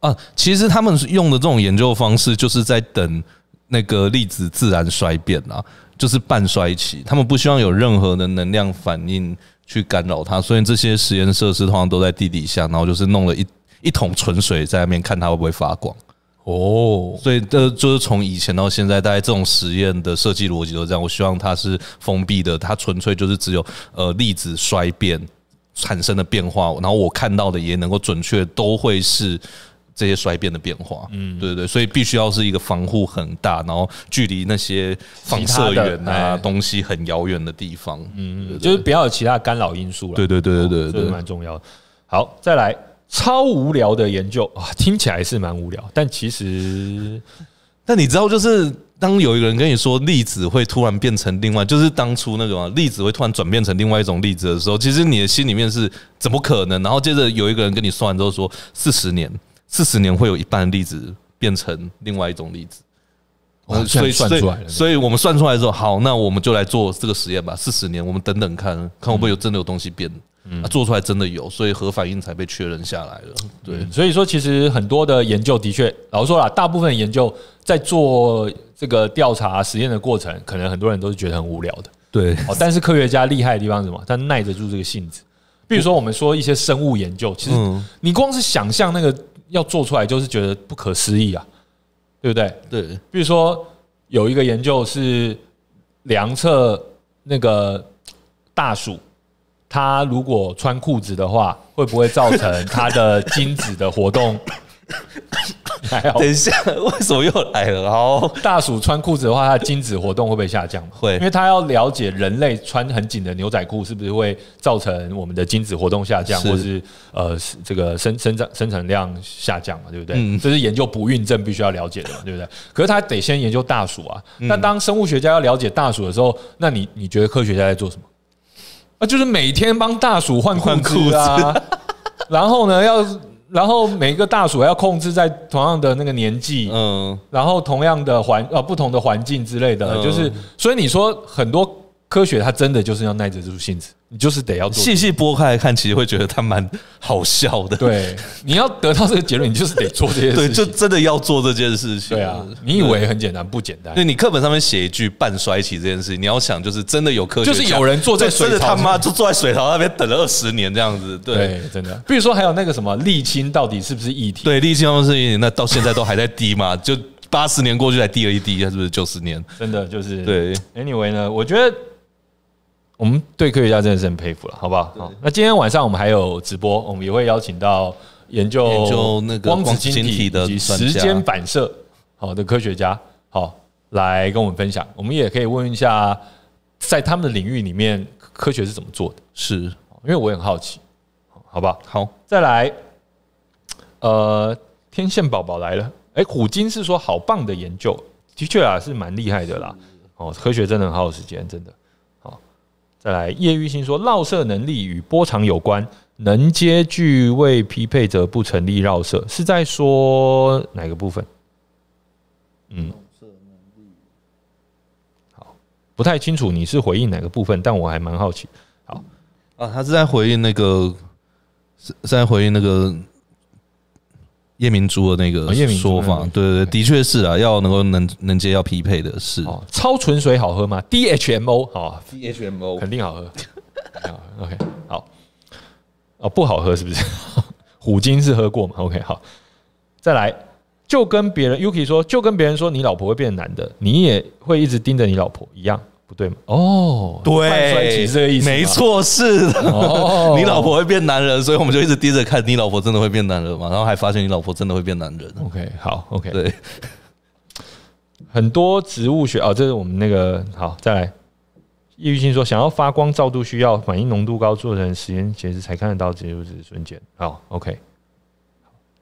啊，其实他们是用的这种研究方式，就是在等那个粒子自然衰变啊，就是半衰期。他们不希望有任何的能量反应去干扰它，所以这些实验设施通常都在地底下，然后就是弄了一一桶纯水在那边看它会不会发光。
哦，
所以这就是从以前到现在，大概这种实验的设计逻辑都是这样。我希望它是封闭的，它纯粹就是只有呃粒子衰变产生的变化，然后我看到的也能够准确都会是。这些衰变的变化，嗯，对对，所以必须要是一个防护很大，然后距离那些放射源
其他的哎
啊东西很遥远的地方，嗯，哦
就是不要有其他干扰因素了，哦
对对对对对
这是
对，
蛮重要的。好，再来，超无聊的研究啊，听起来是蛮无聊，但其实
但你知道，就是当有一个人跟你说粒子会突然变成另外，就是当初那个嘛，粒子会突然转变成另外一种粒子的时候，其实你的心里面是怎么可能？然后接着有一个人跟你算完之后说，四十年，四十年会有一半的粒子变成另外一种粒子。呃
哇
哦所以
哦算
所以
出来了
所以我们算出来之后，好，那我们就来做这个实验吧。四十年，我们等等看看会不会有真的有东西变。
嗯
啊做出来真的有，所以核反应才被确认下来了。对，
所以说，其实很多的研究的确，老实说啦，大部分的研究在做这个调查实验的过程，可能很多人都是觉得很无聊的。
对，
哦，但是科学家厉害的地方是什么？他耐得住这个性子。比如说，我们说一些生物研究，其实
嗯
你光是想象那个要做出来，就是觉得不可思议啊，对不对？
对，
比如说，有一个研究是量测那个大鼠，它如果穿裤子的话，会不会造成它的精子的活动？ 还好
等，一下，为什么又来了？好，
大鼠穿裤子的话，它的精子活动会不会下降嘛？
会
因为它要了解人类穿很紧的牛仔裤是不是会造成我们的精子活动下降，
是
或是呃是这个生生长生产量下降嘛，对不对？
嗯
这是研究不孕症必须要了解的嘛，对不 对？可是他得先研究大鼠啊。
嗯
那当生物学家要了解大鼠的时候，那你你觉得科学家在做什么？啊，就是每天帮大鼠换
换
裤
裤
子啊， 然后呢要。然后每个大鼠要控制在同样的那个年纪，
嗯，
然后同样的环呃不同的环境之类的，
嗯
就是所以你说很多科学它真的就是要耐得住性子，你就是得要做。
细细拨开来看，其实会觉得它蛮好笑的。
对，你要得到这个结论，你就是得做这些
对，
事
就
情。
真的要做这件事情。
对啊，你以为很简单，不简单
对。。对你课本上面写一句半衰期这件事，你要想就是真的有科学家，
就是有人坐在
就真的
水槽
他
上
妈就坐在水槽那边等了二十年这样子。对
对，真的。比如说还有那个什么沥青到底是不是液体？
对，沥青方是一年，那到现在都还在滴嘛，就八十年过去才滴了一滴，是不是九十年？
真的就是
对，
Anyway 呢，我觉得我们对科学家真的是很佩服了，好不好？好，那今天晚上我们还有直播，我们也会邀请到研究
研究那个
光
光
子
子
晶
晶体
体
的
以及
专家
时间反射好的科学家，好来跟我们分享。我们也可以问一下，在他们的领域里面，科学是怎么做的？
是，
因为我也很好奇，好不好？
好，
再来，呃，天线宝宝来了。哎、虎鲸是说好棒的研究，的确啊是蛮厉害的啦。哦，科学真的很耗时间，真的。好，再来，叶玉兴说绕射能力与波长有关，能接距未匹配者不成立绕射，是在说哪个部分？嗯，好，不太清楚你是回应哪个部分，但我还蛮好奇。
啊，他是在回应那个，是是在回应那个夜明珠的那个
哦夜明珠
说法
那。个
对对对，的确是啊，要能够能能接要匹配的是
哦，超纯水好喝吗？DHMO 哦，
DHMO
肯定好喝。肯定好喝 OK，好。哦，不好喝是不 是？虎鲸是喝过嘛？OK，好。再来，就跟别人 Yuki 说，就跟别人说你老婆会变男的，你也会一直盯着你老婆一样，不对吗？哦，泛衰期
对，
是这个意思，
没。错，是的。
哦
你老婆会变男人，所以我们就一直盯着看你老婆真的会变男人嘛，然后还发现你老婆真的会变男人。
OK，好，OK，
对，
很多植物学哦，这是我们那个好，再来。叶玉清说，想要发光照度需要反应浓度高，做成时间截止才看得到植物子瞬间。好，OK，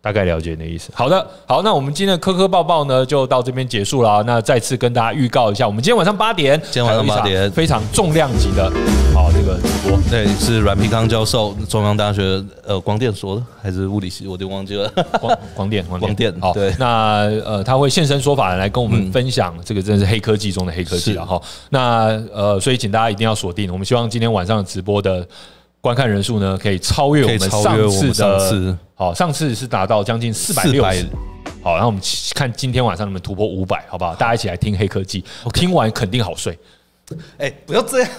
大概了解你的意思。好的，好，那我们今天的科科报报呢，就到这边结束了。啊那再次跟大家预告一下，我们今天晚上八点，
今天晚上8点
还有一场非常重量级的好这个直播。
对，是阮平康教授，中央大学呃光电所的，还是物理系，我就忘记了。
光 光电，光
光电
好，
对嗯
那呃，他会现身说法来跟我们分享，这个真的是黑科技中的黑科技了哈。那呃，所以请大家一定要锁定，我们希望今天晚上直播的观看人数呢，可以超越我
可以
们
超越
上
我们
次
上
的
次，
好，上次是达到将近四百六十
460。
好，然后我们看今天晚上能不能突破五百，好不好？大家一起来听黑科技，听完肯定好睡。
哎、不要 这样，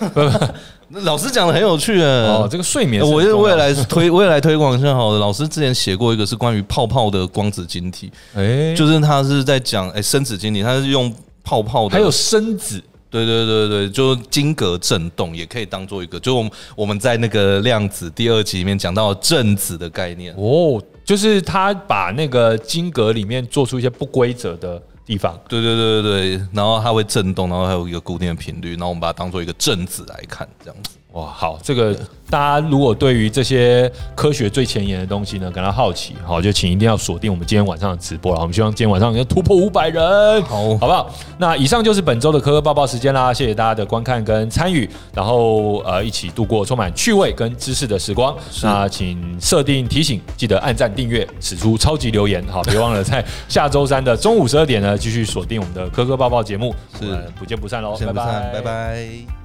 老师讲的很有趣哎、
哦，这个睡眠是很
我
重要的，
就未来 推未来推广一下好了。老师之前写过一个是关于泡泡的光子晶体，
哎，就
就是他是在讲哎生子晶体，他是用泡泡的，
还有生子，
对对对对，就晶格振动也可以当做一个，就我们我们在那个量子第二集里面讲到的振子的概念，
哦，就是他把那个金格里面做出一些不规则的地方。
对对对对对，然后它会振动，然后还有一个固定的频率，然后我们把它当做一个振子来看，这样子。
哇，好，这个大家如果对于这些科学最前沿的东西呢感到好奇，好，就请一定要锁定我们今天晚上的直播了。我们希望今天晚上要突破五百人，
好
好不好？那以上就是本周的科科报报时间啦，谢谢大家的观看跟参与，然后呃一起度过充满趣味跟知识的时光。那请设定提醒，记得按赞、订阅，使出超级留言， 好，别忘了在下周三的中午十二点呢继续锁定我们的科科报报节目，
是
我们不见不散喽，
先不散，
拜
拜拜